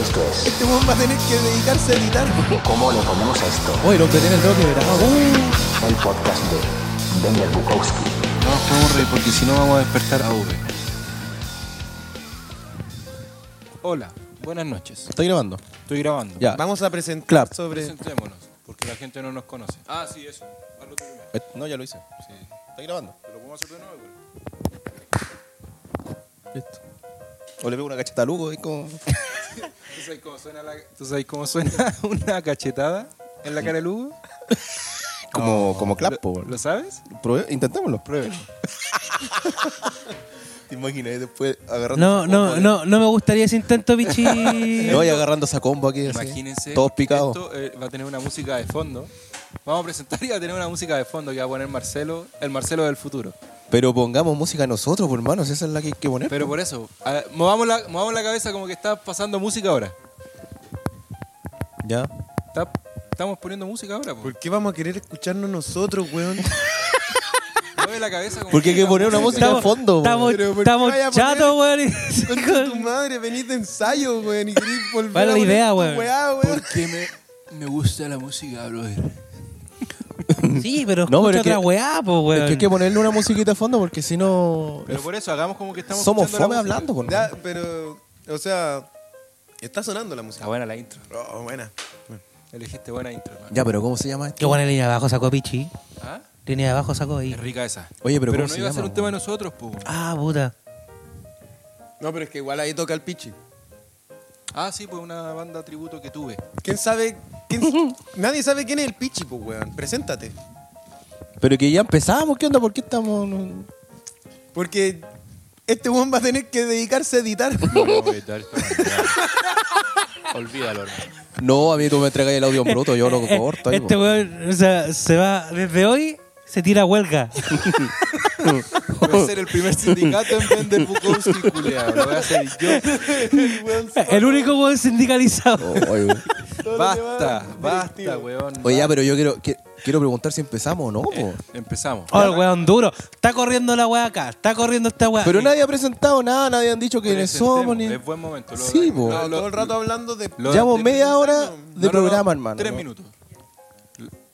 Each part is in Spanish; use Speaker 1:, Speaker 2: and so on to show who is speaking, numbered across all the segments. Speaker 1: esto es.
Speaker 2: Este weón va a tener que dedicarse a editar.
Speaker 1: ¿Cómo le ponemos a esto?
Speaker 3: Oye, lo que tiene el bloque grabado. Uh,
Speaker 1: El podcast de Daniel Bukowski.
Speaker 4: No nos podemos reír porque si no vamos a despertar a V. Hola, buenas noches.
Speaker 3: Estoy grabando.
Speaker 4: Estoy grabando.
Speaker 3: Ya.
Speaker 2: Vamos a presentar
Speaker 3: Clap.
Speaker 2: sobre.
Speaker 4: Presentémonos, porque la gente no nos conoce. Ah, sí, eso. Hazlo tú primero.
Speaker 3: Eh, No, ya lo hice.
Speaker 4: Sí.
Speaker 3: Estoy grabando.
Speaker 4: ¿Te lo podemos hacer de nuevo? güey?
Speaker 3: Listo. O le pego una cacheta a Lugo y como.
Speaker 4: ¿Tú sabes cómo suena, la- tú sabes cómo suena una cachetada en la cara de Lugo?
Speaker 3: Como, como clap, po,
Speaker 4: ¿Lo,
Speaker 3: weón.
Speaker 4: ¿lo sabes?
Speaker 3: Probé- Intentémoslo.
Speaker 4: Pruébelo.
Speaker 3: Te imaginas después agarrando.
Speaker 5: No, no, no, no me gustaría ese intento, bichi.
Speaker 3: No, y agarrando esa combo aquí. así.
Speaker 4: Imagínense.
Speaker 3: Todos picados.
Speaker 4: Esto eh, va a tener una música de fondo. Vamos a presentar y va a tener una música de fondo que va a poner Marcelo, el Marcelo del futuro.
Speaker 3: Pero pongamos música nosotros, por hermanos. Esa es la que hay que poner.
Speaker 4: Pero por eso, a ver, movamos, la, movamos la cabeza como que está pasando música ahora.
Speaker 3: Ya.
Speaker 4: Está- estamos poniendo música ahora. po.
Speaker 2: ¿Por qué vamos a querer escucharnos nosotros, weón?
Speaker 4: Mueve la cabeza como
Speaker 3: Porque hay que poner una música de fondo.
Speaker 5: Estamos,
Speaker 3: weón.
Speaker 2: Pero ¿por qué
Speaker 5: estamos
Speaker 2: vaya a
Speaker 5: chatos, weón.
Speaker 2: Concha tu madre, venís de ensayo, weón, y querés volver
Speaker 5: ¿Cuál es la
Speaker 2: a poner
Speaker 5: idea,
Speaker 2: tu
Speaker 5: weón?
Speaker 2: weá, weón.
Speaker 4: Porque me, me gusta la música, brother.
Speaker 5: Sí, pero
Speaker 3: No, pero
Speaker 5: escucha
Speaker 3: es
Speaker 5: otra
Speaker 3: que-
Speaker 5: weá, po,
Speaker 3: Es que
Speaker 5: weón.
Speaker 3: hay que ponerle una musiquita de fondo porque si no.
Speaker 4: Pero por eso, hagamos como que estamos
Speaker 3: Somos
Speaker 4: escuchando
Speaker 3: fome
Speaker 4: la música.
Speaker 3: hablando, por
Speaker 2: Ya, pero, o sea, está sonando la música.
Speaker 4: Está buena la intro.
Speaker 2: Oh, buena.
Speaker 4: Elegiste buena intro, hermano.
Speaker 3: Ya, pero ¿cómo se llama
Speaker 5: Qué
Speaker 3: esto?
Speaker 5: buena línea de abajo sacó Pichi.
Speaker 4: ¿Ah?
Speaker 5: Línea de abajo sacó ahí.
Speaker 4: Es rica esa.
Speaker 3: Oye, pero
Speaker 4: pero
Speaker 3: ¿cómo
Speaker 4: no
Speaker 3: se
Speaker 4: iba a
Speaker 3: llama,
Speaker 4: ser un
Speaker 3: weón?
Speaker 4: tema de nosotros, po. weón.
Speaker 5: Ah, puta.
Speaker 2: No, pero es que igual ahí toca el pichi.
Speaker 4: Ah, sí, pues una banda tributo que tuve.
Speaker 2: ¿Quién sabe? quién- nadie sabe quién es el pichi, pues, weón. Preséntate.
Speaker 3: Pero que ya empezamos, ¿qué onda? ¿Por qué estamos.? no?
Speaker 2: Porque este weón va a tener que dedicarse a editar.
Speaker 4: Olvídalo, hermano.
Speaker 3: No, a mí tú me entregas el audio en bruto, yo lo corto. ahí,
Speaker 5: Este
Speaker 3: po.
Speaker 5: weón, o sea, se va desde hoy, se tira a huelga.
Speaker 4: Voy a ser el primer sindicato en vender Bukowski, culiao. Lo voy a hacer yo.
Speaker 5: El único weón sindicalizado.
Speaker 3: Oh, oye, weón.
Speaker 4: Basta, basta, weón.
Speaker 3: Oye, ya, pero yo quiero, que- quiero preguntar si empezamos o no, po.
Speaker 4: Empezamos.
Speaker 5: Oh, el weón duro. Está corriendo la weá acá, está corriendo esta weá.
Speaker 3: Pero nadie ha presentado nada, nadie han dicho quiénes somos. Ni...
Speaker 4: Es buen momento. lo-
Speaker 3: Sí, po.
Speaker 4: lo-
Speaker 2: No,
Speaker 4: lo-
Speaker 2: todo el rato hablando de.
Speaker 4: lo-
Speaker 3: Llevamos
Speaker 4: de-
Speaker 3: media hora
Speaker 4: No,
Speaker 3: de
Speaker 4: no,
Speaker 3: programa,
Speaker 4: no,
Speaker 3: hermano.
Speaker 4: Tres
Speaker 3: ¿no?
Speaker 4: minutos.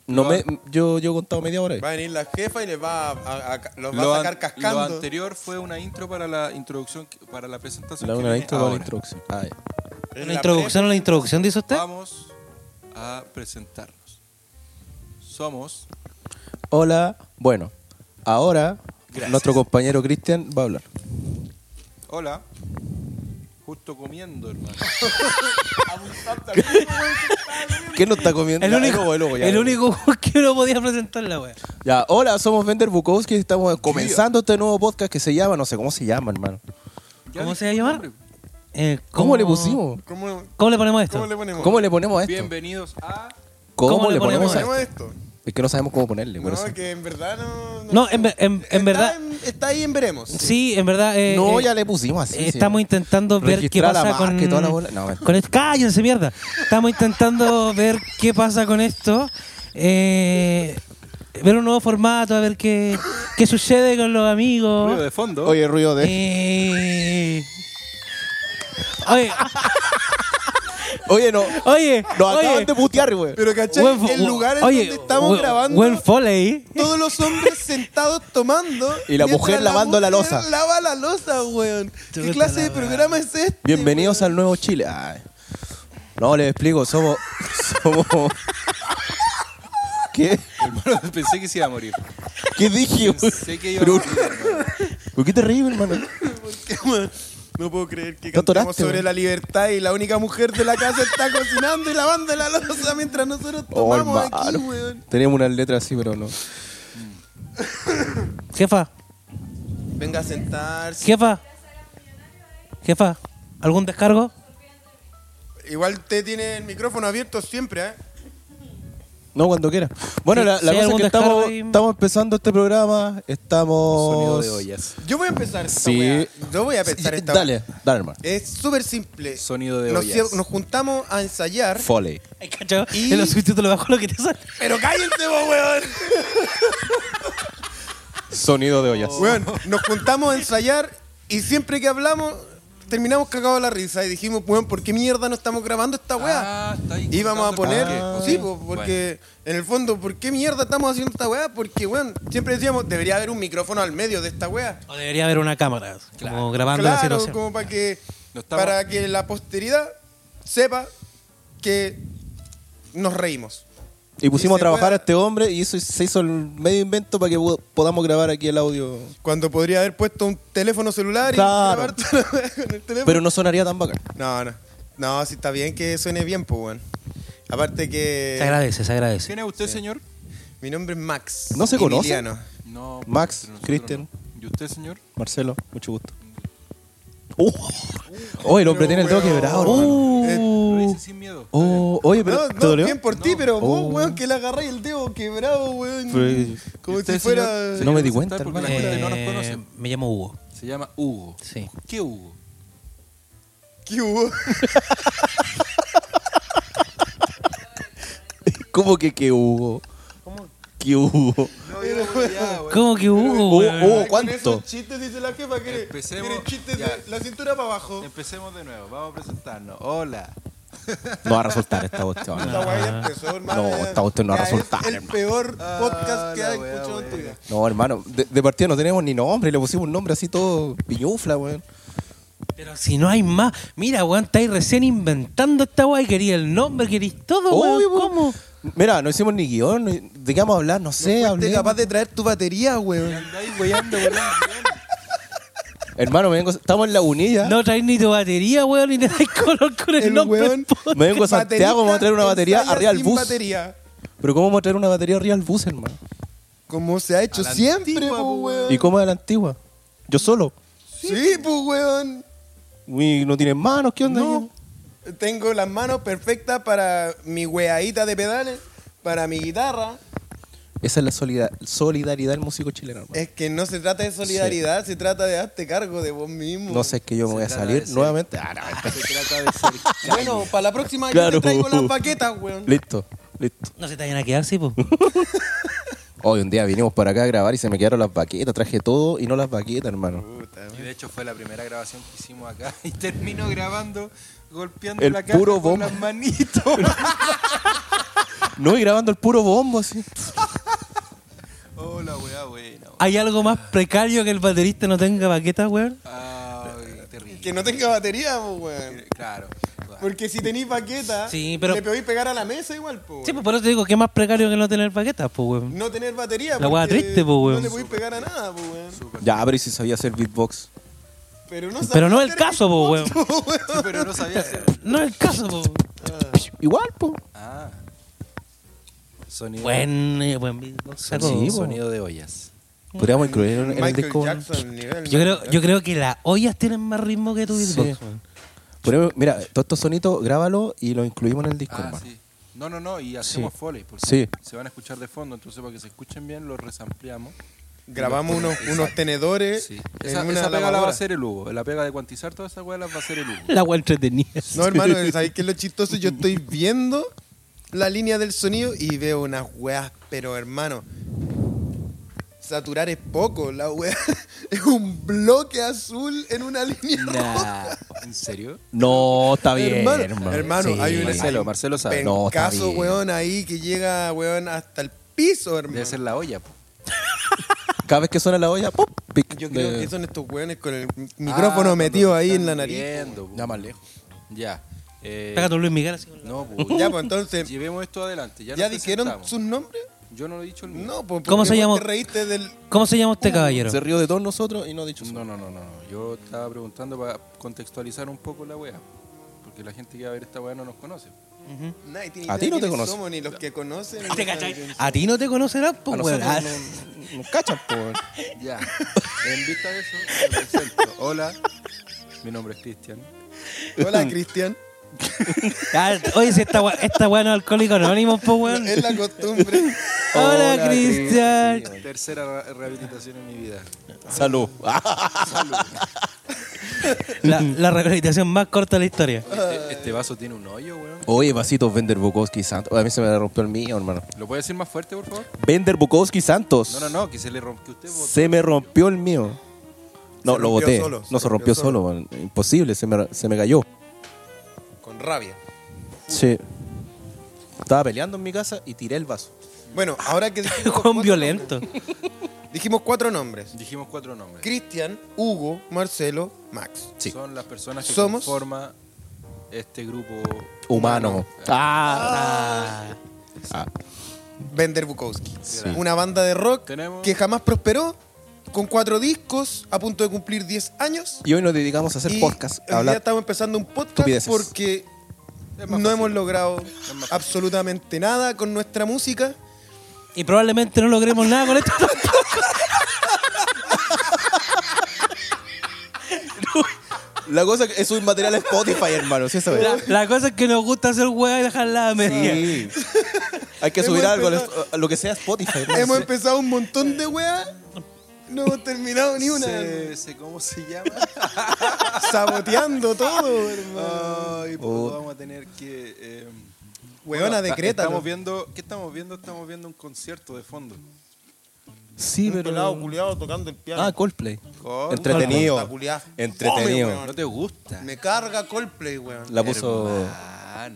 Speaker 3: No me, yo, yo he contado media hora. ahí.
Speaker 2: Va a venir la jefa y les va a, a- a- los va
Speaker 4: Lo
Speaker 2: a
Speaker 4: an-
Speaker 2: sacar
Speaker 4: Lo
Speaker 2: cascando.
Speaker 4: anterior fue una intro para la introducción, que- para la presentación.
Speaker 3: La,
Speaker 4: que
Speaker 3: una
Speaker 4: viene
Speaker 3: intro, la
Speaker 4: ahora.
Speaker 3: introducción. Ah, ya.
Speaker 2: En
Speaker 5: ¿La
Speaker 2: la
Speaker 5: introducción o la introducción dice usted?
Speaker 4: Vamos a presentarnos. Somos.
Speaker 3: Hola, bueno, ahora
Speaker 4: Gracias.
Speaker 3: nuestro compañero Cristian va a hablar.
Speaker 4: Hola. Justo comiendo, hermano.
Speaker 3: ¿Qué nos está comiendo?
Speaker 5: El
Speaker 3: Ya,
Speaker 5: único,
Speaker 3: luego, luego, ya,
Speaker 5: el
Speaker 3: luego.
Speaker 5: único que no podía presentar la weá.
Speaker 3: Ya, hola, somos Vender Bukowski. Estamos comenzando este nuevo podcast que se llama, no sé cómo se llama, hermano.
Speaker 4: Ya
Speaker 5: ¿Cómo
Speaker 4: dije
Speaker 5: se va a
Speaker 4: tu
Speaker 5: llamar?
Speaker 4: nombre.
Speaker 5: Eh,
Speaker 3: ¿Cómo, le pusimos?
Speaker 2: ¿Cómo,
Speaker 5: ¿Cómo le ponemos esto?
Speaker 2: ¿Cómo le ponemos?
Speaker 3: ¿Cómo le ponemos a esto?
Speaker 4: Bienvenidos a.
Speaker 3: ¿Cómo,
Speaker 5: ¿Cómo
Speaker 3: le
Speaker 5: le
Speaker 3: ponemos,
Speaker 5: ponemos
Speaker 3: a
Speaker 2: ¿Cómo
Speaker 3: esto?
Speaker 2: es esto?
Speaker 3: Es que no sabemos cómo ponerle, por
Speaker 2: No,
Speaker 3: eso.
Speaker 2: es que en verdad no.
Speaker 5: No, en, ve- en- en
Speaker 2: Está
Speaker 5: verdad.
Speaker 2: en- está ahí en veremos.
Speaker 5: Sí, en verdad. eh,
Speaker 3: No,
Speaker 5: eh,
Speaker 3: ya le pusimos así.
Speaker 5: eh, Estamos intentando ver qué
Speaker 3: Registrar la
Speaker 5: pasa con.
Speaker 3: marca y toda la bola. No, mentira.
Speaker 5: con el- ¡Cállense, mierda! Estamos intentando ver qué pasa con esto. eh, ver un nuevo formato, a ver qué, qué sucede con los amigos.
Speaker 4: Ruido de fondo.
Speaker 3: Oye, ruido de.
Speaker 5: Eh, Oye,
Speaker 3: Oye, no.
Speaker 5: oye,
Speaker 3: Nos
Speaker 5: oye,
Speaker 3: acaban de putear, güey.
Speaker 2: Pero ¿cachai?
Speaker 5: buen fo-
Speaker 2: el lugar en
Speaker 5: oye,
Speaker 2: donde estamos
Speaker 5: buen-
Speaker 2: grabando.
Speaker 5: Buen foley.
Speaker 2: todos los hombres sentados tomando.
Speaker 3: Y la
Speaker 2: mientras
Speaker 3: mujer lavando la
Speaker 2: mujer
Speaker 3: loza.
Speaker 2: Lava la losa, weón. ¿Qué
Speaker 5: Chuta
Speaker 2: clase
Speaker 5: la
Speaker 2: de programa es este?
Speaker 3: Bienvenidos al nuevo Chile. Ay. No, les explico, somos. Somos. ¿Qué?
Speaker 4: Hermano, pensé que se iba a morir.
Speaker 3: ¿Qué dije, güey?
Speaker 4: Pensé que iba a
Speaker 3: Pero-
Speaker 4: morir. hermano.
Speaker 3: ¿Por qué te reí, hermano?
Speaker 2: weón? No puedo creer que
Speaker 3: No atoraste,
Speaker 2: cantamos sobre
Speaker 3: weón.
Speaker 2: la libertad y la única mujer de la casa está cocinando y lavando la losa mientras nosotros
Speaker 3: Oh,
Speaker 2: tomamos aquí,
Speaker 3: hermano.
Speaker 2: weón.
Speaker 3: Tenemos unas letras así, pero no.
Speaker 5: Jefa,
Speaker 2: Venga a sentarse.
Speaker 5: jefa, jefa, ¿algún descargo?
Speaker 2: Igual usted tiene el micrófono abierto siempre, ¿eh?
Speaker 3: No, cuando quiera. Bueno,
Speaker 5: Sí,
Speaker 3: la, la
Speaker 5: si hay
Speaker 3: cosa es
Speaker 5: algún
Speaker 3: que estamos,
Speaker 5: descargo y-
Speaker 3: estamos empezando este programa. Estamos.
Speaker 4: Sonido de ollas.
Speaker 2: Yo voy a empezar esta
Speaker 3: Sí.
Speaker 2: weá. Yo voy a pensar
Speaker 3: Sí,
Speaker 2: esta weá.
Speaker 3: Dale, dale, hermano.
Speaker 2: Es súper simple.
Speaker 4: Sonido de
Speaker 2: nos,
Speaker 4: ollas.
Speaker 2: nos juntamos a ensayar.
Speaker 3: Foley.
Speaker 5: Ay, cachao,
Speaker 2: Y-
Speaker 5: En los subtítulos bajo lo que te sale.
Speaker 2: Pero cállense, vos, weón.
Speaker 3: Sonido de ollas.
Speaker 2: Weón, nos juntamos a ensayar y siempre que hablamos terminamos cagados de la risa y dijimos, weón, ¿por qué mierda no estamos grabando esta weá?
Speaker 4: Ah, está ahí
Speaker 2: Íbamos a poner, Ah.
Speaker 4: contando el porqué.
Speaker 2: sí, po, porque en el fondo, ¿por qué mierda estamos haciendo esta weá? Porque, weón, siempre decíamos, debería haber un micrófono al medio de esta weá.
Speaker 5: O debería haber una cámara, como grabando la
Speaker 2: Claro,
Speaker 5: situación.
Speaker 2: como para que,
Speaker 4: No estamos-
Speaker 2: para que la posteridad sepa que nos reímos.
Speaker 3: Y pusimos
Speaker 2: se
Speaker 3: a trabajar
Speaker 2: pueda-
Speaker 3: a este hombre y eso se hizo el medio invento para que po- podamos grabar aquí el audio.
Speaker 2: Cuando podría haber puesto un teléfono celular
Speaker 3: Claro.
Speaker 2: y grabar toda la weá con el teléfono.
Speaker 3: Pero no sonaría tan bacán.
Speaker 2: No, no. No, si está bien que suene bien, pues, weón. Aparte
Speaker 5: Se
Speaker 2: que
Speaker 5: agradece, se agradece.
Speaker 4: ¿Quién es usted, señor?
Speaker 2: mi nombre es Max.
Speaker 3: ¿No se conocen?
Speaker 2: Emiliano.
Speaker 4: No.
Speaker 3: Max,
Speaker 4: entre nosotros
Speaker 3: Cristian.
Speaker 4: no. ¿Y usted, señor?
Speaker 3: Marcelo, mucho gusto. ¡Oh! Oh, el hombre tiene el dedo
Speaker 2: Pero,
Speaker 3: quebrado.
Speaker 2: weón. Oh.
Speaker 3: hermano.
Speaker 4: Lo
Speaker 5: Uh,
Speaker 4: dice sin miedo.
Speaker 3: Oh, oye, pero
Speaker 2: No,
Speaker 3: ¿te
Speaker 2: no,
Speaker 3: dolió?
Speaker 2: bien por ti, pero
Speaker 3: Oh.
Speaker 2: vos, weón, que le agarráis el dedo quebrado, weón.
Speaker 3: Pero- eh,
Speaker 4: ¿Y
Speaker 2: Como
Speaker 4: usted,
Speaker 2: si fuera...
Speaker 4: señor? ¿Se
Speaker 3: No me
Speaker 4: quiere
Speaker 3: di
Speaker 4: presentar?
Speaker 3: cuenta,
Speaker 4: Porque la
Speaker 5: eh,
Speaker 4: gente no nos Ah, conoce.
Speaker 5: me llamo Hugo.
Speaker 4: Se llama Hugo.
Speaker 5: Sí.
Speaker 4: ¿Qué Hugo?
Speaker 2: ¿Qué hubo?
Speaker 3: ¿Cómo que qué hubo? ¿Qué hubo?
Speaker 5: ¿Cómo que Hugo?
Speaker 3: Hugo,
Speaker 5: weón?
Speaker 3: Hugo,
Speaker 2: Con
Speaker 3: Oh, ¿cuánto?
Speaker 2: esos chistes, dice la jefa, que
Speaker 4: Empecemos,
Speaker 2: quiere chistes
Speaker 4: ya.
Speaker 2: de la cintura para abajo.
Speaker 4: Empecemos de nuevo. Vamos a presentarnos. Hola.
Speaker 3: No va a resultar esta cuestión.
Speaker 2: Esta Ah. weá ya empezó, hermano.
Speaker 3: No,
Speaker 2: ya.
Speaker 3: esta cuestión no va a
Speaker 2: Ya es
Speaker 3: resultar,
Speaker 2: el
Speaker 3: hermano.
Speaker 2: peor podcast que
Speaker 4: la
Speaker 2: has
Speaker 4: weá,
Speaker 2: escuchado en tu
Speaker 4: weón.
Speaker 2: vida.
Speaker 3: No, hermano, de, de partida no tenemos ni nombre, le pusimos un nombre así todo piñufla, weón.
Speaker 5: Pero si no hay más. Mira, weón, estáis recién inventando esta weá y quería el nombre, queréis todo,
Speaker 3: Uy,
Speaker 5: weón.
Speaker 3: weón.
Speaker 5: ¿Cómo?
Speaker 3: Mira, no hicimos ni guión, no- ¿de qué vamos a hablar? No sé,
Speaker 2: Fuiste
Speaker 3: hablemos.
Speaker 2: capaz de traer tu batería, weón.
Speaker 4: Andáis weyando, weón.
Speaker 3: Hermano, me vengo- estamos en Lagunilla,
Speaker 5: No traes ni tu batería, weón, ni te dais color con el,
Speaker 2: El
Speaker 5: nombre.
Speaker 2: weón-
Speaker 5: po.
Speaker 3: me vengo a Santiago, vamos a traer una
Speaker 2: Baterista
Speaker 3: batería arriba del
Speaker 2: ensaya sin
Speaker 3: bus.
Speaker 2: batería.
Speaker 3: Pero ¿cómo vamos a traer una batería arriba del bus, hermano?
Speaker 2: Como se ha hecho
Speaker 4: A la
Speaker 2: siempre,
Speaker 4: antigua,
Speaker 2: po,
Speaker 4: po,
Speaker 2: weón.
Speaker 3: ¿Y cómo es la antigua? ¿Yo solo?
Speaker 2: Sí, pues, weón.
Speaker 3: Uy, ¿No tienes manos? ¿Qué onda?
Speaker 2: No. Tengo las manos perfectas para mi weadita de pedales, para mi guitarra.
Speaker 3: Esa es la solida- solidaridad del músico chileno, hermano.
Speaker 2: Es que no se trata de solidaridad, se trata de darte cargo de vos mismo.
Speaker 3: No sé, es que yo me
Speaker 4: Se
Speaker 3: voy a
Speaker 4: trata de
Speaker 3: salir
Speaker 4: ser-
Speaker 3: nuevamente. Ah, no,
Speaker 4: Se trata de ser.
Speaker 2: Bueno, para la próxima
Speaker 3: Claro.
Speaker 2: yo te traigo las paquetas, weón.
Speaker 3: listo, listo.
Speaker 5: No se te vayan a quedar, sí, po.
Speaker 3: Hoy un día vinimos para acá a grabar y se me quedaron las baquetas, traje todo y no las baquetas, hermano.
Speaker 4: Y de hecho fue la primera grabación que hicimos acá y terminó grabando golpeando
Speaker 3: El
Speaker 4: la caja
Speaker 3: puro
Speaker 4: con
Speaker 3: bombo.
Speaker 4: las manitos.
Speaker 3: No, y grabando el puro bombo así.
Speaker 4: Hola, Oh, weá, buena.
Speaker 5: ¿Hay algo más precario que el baterista no tenga baquetas, weón?
Speaker 4: Ay, terrible.
Speaker 2: Que no tenga batería, po, weón.
Speaker 4: Claro.
Speaker 2: Porque si tenís paqueta,
Speaker 5: Sí, pero-
Speaker 2: le podéis pegar a la mesa igual, po, weón.
Speaker 5: Sí, pues por eso te digo que es más precario que no tener baquetas, po, weón.
Speaker 2: No tener batería,
Speaker 5: La weá
Speaker 2: porque
Speaker 5: triste, po,
Speaker 2: No
Speaker 5: weón.
Speaker 2: le podéis pegar a nada, po, weón.
Speaker 3: Ya, pero ¿y si sabía hacer beatbox?
Speaker 2: Pero no,
Speaker 5: Pero no es
Speaker 2: sabes
Speaker 5: el
Speaker 2: hacer
Speaker 5: caso, po, weón.
Speaker 4: Pero no sabía hacer.
Speaker 5: No es el caso, po.
Speaker 3: Igual, po.
Speaker 4: Ah. Sonido.
Speaker 5: Buen, eh, buen beatbox sacó.
Speaker 3: Sí, po.
Speaker 4: Sonido de ollas.
Speaker 3: Podríamos incluir en, en el
Speaker 2: Michael
Speaker 3: disco.
Speaker 2: Jackson, nivel.
Speaker 5: Yo creo, yo creo que las ollas tienen más ritmo que tu beatbox, weón.
Speaker 3: Podríamos- mira, todos estos sonitos, grábalo y los incluimos en el disco,
Speaker 4: Ah,
Speaker 3: hermano.
Speaker 4: sí. No, no, no, y hacemos foley, porque
Speaker 3: Sí.
Speaker 4: se van a escuchar de fondo, entonces para que se escuchen bien los resampleamos.
Speaker 2: Grabamos unos, unos tenedores.
Speaker 4: Sí.
Speaker 2: en
Speaker 4: Esa,
Speaker 2: una
Speaker 4: esa pega la va a
Speaker 2: lavadora.
Speaker 4: hacer el Hugo, la pega de cuantizar todas esas weas las va a hacer el Hugo.
Speaker 5: La weá entretenida.
Speaker 2: No, hermano, ¿sabéis qué es lo chistoso? Yo estoy viendo la línea del sonido y veo unas weas, pero hermano, saturar es poco. La wea es un bloque azul en una línea roja.
Speaker 4: ¿En serio?
Speaker 3: No, está bien.
Speaker 2: hermano,
Speaker 3: Hermano,
Speaker 2: hermano, hay un
Speaker 4: Marcelo,
Speaker 2: hay un
Speaker 4: Marcelo sabe.
Speaker 3: No, está
Speaker 2: pencazo,
Speaker 3: bien.
Speaker 2: weón, ahí que llega, weón, hasta el piso, hermano.
Speaker 4: Debe ser la olla, po.
Speaker 3: Cada vez que suena la olla, ¡pop! pic,
Speaker 2: Yo creo
Speaker 3: de-
Speaker 2: que son estos weones con el micrófono
Speaker 4: Ah,
Speaker 2: metido
Speaker 4: cuando
Speaker 2: ahí
Speaker 4: se
Speaker 2: en
Speaker 4: están
Speaker 2: la nariz.
Speaker 4: riendo, po.
Speaker 3: Ya más lejos.
Speaker 4: Ya. Eh,
Speaker 5: Saca tu Luis Miguel así. con la-
Speaker 4: no, po.
Speaker 2: Ya, pues entonces,
Speaker 4: Llevemos esto adelante. Ya,
Speaker 2: ¿ya
Speaker 4: nos
Speaker 2: dijeron
Speaker 4: presentamos.
Speaker 2: sus nombres?
Speaker 4: Yo no lo he dicho el mío.
Speaker 2: No, pues
Speaker 5: ¿Cómo
Speaker 2: porque
Speaker 5: se
Speaker 2: vos
Speaker 5: llamó?
Speaker 2: te reíste del
Speaker 5: ¿Cómo se llama usted, caballero?
Speaker 3: Se rió de todos nosotros y no ha dicho su
Speaker 4: No, no, no, no. no. Yo estaba preguntando para contextualizar un poco la wea. Porque la gente que va a ver esta wea no nos conoce.
Speaker 2: Nadie tiene
Speaker 3: A
Speaker 2: idea
Speaker 3: ti no te
Speaker 2: quiénes
Speaker 3: conocen.
Speaker 2: somos, ni los que conocen.
Speaker 5: ¿Te cachai? A ti no te conocerás,
Speaker 3: A
Speaker 5: pues,
Speaker 3: nosotros
Speaker 5: weón. Ah,
Speaker 3: no- nos cachan, po. weón.
Speaker 4: Ya. En vista de eso, me presento. Hola. Mi nombre es Cristian.
Speaker 2: Hola, Cristian.
Speaker 5: ah, Oye, si esta weá esta weá no es alcohólico anónimo, pues, weón.
Speaker 2: Es la costumbre.
Speaker 5: Hola,
Speaker 4: Hola,
Speaker 5: Cristian.
Speaker 4: Tercera ra- rehabilitación en mi vida.
Speaker 3: Salud.
Speaker 5: La, la rehabilitación más corta de la historia.
Speaker 4: Este, este vaso tiene un hoyo, weón.
Speaker 3: Oye, vasitos Vender Bukowski Santos. Oye, A mí se me rompió el mío, hermano.
Speaker 4: ¿Lo puede decir más fuerte, por favor?
Speaker 3: Vender Bukowski Santos.
Speaker 4: No, no, no, que se le rompió a usted. po.
Speaker 3: Se me rompió el mío. No,
Speaker 2: Se
Speaker 3: lo
Speaker 2: rompió
Speaker 3: boté.
Speaker 2: solo, se
Speaker 3: no se
Speaker 2: rompió
Speaker 3: rompió solo, weón. imposible, se me, se me cayó.
Speaker 2: Con rabia.
Speaker 3: Sí. Estaba peleando en mi casa y tiré el vaso.
Speaker 2: Bueno, ahora que dijimos
Speaker 5: Juan
Speaker 2: cuatro
Speaker 5: violento.
Speaker 2: nombres- dijimos cuatro nombres.
Speaker 4: Dijimos cuatro nombres.
Speaker 2: Cristian, Hugo, Marcelo, Max.
Speaker 3: Sí.
Speaker 4: Son las personas que
Speaker 2: Somos-
Speaker 4: conforman este grupo
Speaker 3: Humano.
Speaker 5: Ah,
Speaker 3: Ah,
Speaker 2: Bender Bukowski.
Speaker 3: Sí.
Speaker 2: Una banda de rock
Speaker 4: Tenemos-
Speaker 2: que jamás prosperó, con cuatro discos, a punto de cumplir 10 años.
Speaker 3: Y hoy nos dedicamos a hacer
Speaker 2: y
Speaker 3: podcast.
Speaker 2: Hoy día
Speaker 3: hablar-
Speaker 2: estamos empezando un podcast
Speaker 3: estupideces.
Speaker 2: porque no
Speaker 4: Es más fácil.
Speaker 2: hemos logrado
Speaker 4: más fácil.
Speaker 2: absolutamente nada con nuestra música.
Speaker 5: y probablemente no logremos nada con esto.
Speaker 3: La cosa es que es un material a Spotify, hermano. Sí, eso es.
Speaker 5: La, la cosa es que nos gusta hacer hueá y dejarla a media.
Speaker 3: Sí. Hay que
Speaker 2: Hemos
Speaker 3: subir algo, a la-
Speaker 2: empezado-
Speaker 3: a lo que sea Spotify. ¿no?
Speaker 2: hemos
Speaker 3: Sí.
Speaker 2: empezado un montón de weas. No hemos terminado ni una.
Speaker 4: Se, se- ¿Cómo se llama?
Speaker 2: Saboteando todo, hermano.
Speaker 4: Ay, pues
Speaker 3: Oh.
Speaker 4: vamos a tener que. Eh,
Speaker 2: Weona,
Speaker 4: bueno, ta-
Speaker 2: decrétalo.
Speaker 4: Estamos viendo, ¿Qué estamos viendo? Estamos viendo un concierto de fondo.
Speaker 3: Sí,
Speaker 6: Un pelado culiado tocando el piano.
Speaker 3: Ah, Coldplay.
Speaker 4: Con-
Speaker 3: Entretenido.
Speaker 2: Tonta culiá.
Speaker 3: Entretenido.
Speaker 2: Fome, weón.
Speaker 4: ¿No te gusta?
Speaker 2: Me carga Coldplay, weón.
Speaker 3: La puso.
Speaker 4: Hermano.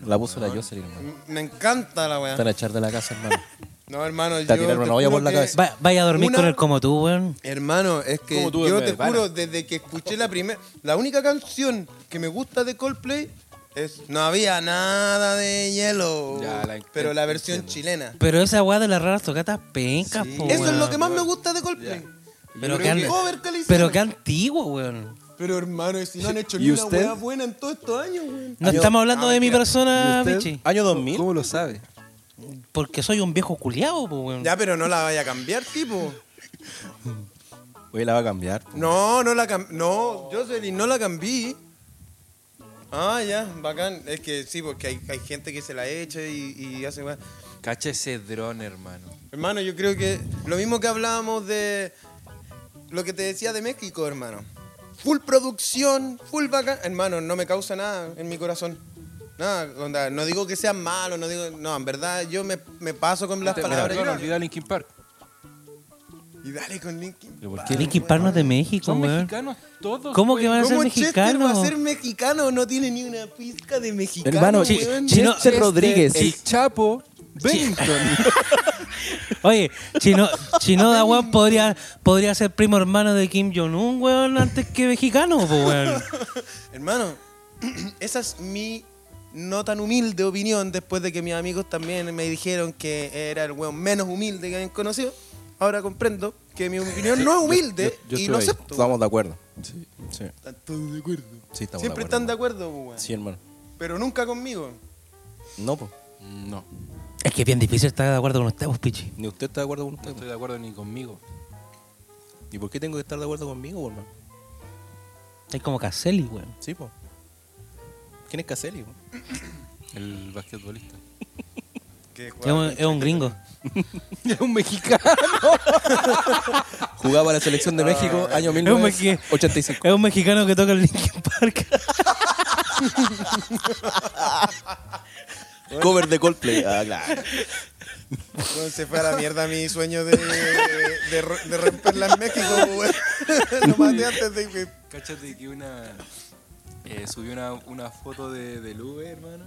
Speaker 3: La puso la Jocelyn, hermano.
Speaker 2: M- Me encanta la weá.
Speaker 3: Están a echar de la casa, hermano.
Speaker 2: No, hermano, yo.
Speaker 3: Te tiraron una
Speaker 2: te
Speaker 3: olla
Speaker 2: juro
Speaker 3: por la
Speaker 2: que-
Speaker 3: cabeza.
Speaker 5: Va- vaya a dormir
Speaker 2: Una-
Speaker 5: con él como tú, weón.
Speaker 2: Hermano, es que
Speaker 4: Como tú,
Speaker 2: yo
Speaker 4: bebé,
Speaker 2: te
Speaker 4: pana.
Speaker 2: juro, desde que escuché la primera. La única canción que me gusta de Coldplay es No había nada de hielo.
Speaker 4: Ya, la
Speaker 2: pero
Speaker 4: ent-
Speaker 2: la versión
Speaker 4: entiendo.
Speaker 2: chilena.
Speaker 5: Pero esa weá de las raras tocatas pencas, po,
Speaker 2: Eso es
Speaker 5: weón.
Speaker 2: lo que más me gusta de Coldplay.
Speaker 4: Ya.
Speaker 5: Pero
Speaker 2: Pero
Speaker 5: que,
Speaker 2: el
Speaker 5: an-
Speaker 2: cover que le hicieron.
Speaker 5: pero que antiguo, weón.
Speaker 2: Pero hermano, y si no han hecho
Speaker 3: ¿Y
Speaker 2: ni una
Speaker 3: usted?
Speaker 2: hueá buena en todos estos años, weón.
Speaker 5: No estamos hablando
Speaker 2: no,
Speaker 5: de mi
Speaker 2: mentira.
Speaker 5: persona,
Speaker 3: ¿Y usted?
Speaker 5: Pichi.
Speaker 3: Año 2000.
Speaker 4: ¿Cómo lo sabe?
Speaker 5: Porque soy un viejo culiado, po, weón.
Speaker 2: Ya, pero no la vaya a cambiar, tipo.
Speaker 3: Hoy la va a cambiar.
Speaker 2: No, no la cambié. No, Jocelyn, no la cambié. Ah, ya, bacán. Es que sí, porque hay, hay gente que se la echa y, y hace weá.
Speaker 4: Cacha ese dron, hermano.
Speaker 2: Hermano, yo creo que lo mismo que hablábamos de lo que te decía de México, hermano. Full producción, full bacán. Hermano, no me causa nada en mi corazón. Nada, onda, no digo que sea malo, no digo. No, en verdad, yo me, me paso con las
Speaker 4: Te-
Speaker 2: palabras.
Speaker 4: Perdón, olvidé a Linkin Park.
Speaker 2: Y dale con Linkin
Speaker 3: ¿Pero por
Speaker 2: Park,
Speaker 3: qué?
Speaker 5: Linkin
Speaker 2: weón.
Speaker 5: Park no es de México,
Speaker 4: Son
Speaker 5: weón.
Speaker 4: mexicanos todos.
Speaker 5: ¿Cómo que van a ser
Speaker 2: ¿Cómo Chester va
Speaker 5: mexicanos?
Speaker 2: a ser mexicano? No tiene ni una pizca de mexicano.
Speaker 3: Hermano,
Speaker 5: Chi-
Speaker 2: weón. este,
Speaker 5: Chino-
Speaker 3: Chester Rodríguez.
Speaker 4: El Chapo Bennington.
Speaker 5: Oye, Chino, Chinoda, weón, podría, podría ser primo hermano de Kim Jong-un, weón, antes que mexicano, po, weón.
Speaker 2: Hermano, esa es mi no tan humilde opinión después de que mis amigos también me dijeron que era el weón menos humilde que habían conocido. Ahora comprendo que mi opinión no es humilde
Speaker 3: Yo
Speaker 2: y
Speaker 3: estoy
Speaker 2: lo
Speaker 3: ahí.
Speaker 2: acepto.
Speaker 3: Estamos de acuerdo. Sí. Sí,
Speaker 2: Están todos de acuerdo.
Speaker 3: sí
Speaker 2: Siempre
Speaker 3: estamos de acuerdo.
Speaker 2: están de acuerdo, weón.
Speaker 3: Sí, hermano.
Speaker 2: Pero nunca conmigo.
Speaker 3: No, pues.
Speaker 4: No,
Speaker 5: Es que es bien difícil estar de acuerdo con usted, vos, Pichi.
Speaker 3: Ni usted está de acuerdo con
Speaker 4: no
Speaker 3: usted. po.
Speaker 4: estoy de acuerdo ni conmigo.
Speaker 3: ¿Y por qué tengo que estar de acuerdo conmigo, po, hermano?
Speaker 5: Es como Caselli, weón.
Speaker 3: Sí, pues. ¿Quién es Caselli? po?
Speaker 4: El basquetbolista.
Speaker 2: Que
Speaker 5: Es un, es un gringo.
Speaker 4: Es un mexicano.
Speaker 3: Jugaba la selección
Speaker 2: Ah,
Speaker 3: de México año
Speaker 5: Es un, mexi-
Speaker 3: 1985.
Speaker 5: es un mexicano que toca el Linkin Park.
Speaker 3: Cover de Coldplay. Ah, claro.
Speaker 2: weón, se fue a la mierda mi sueño de, de, ro- de romperla en México, weón. Lo maté antes de que
Speaker 4: Cáchate que una. eh, subí una, una foto de, del V, hermano.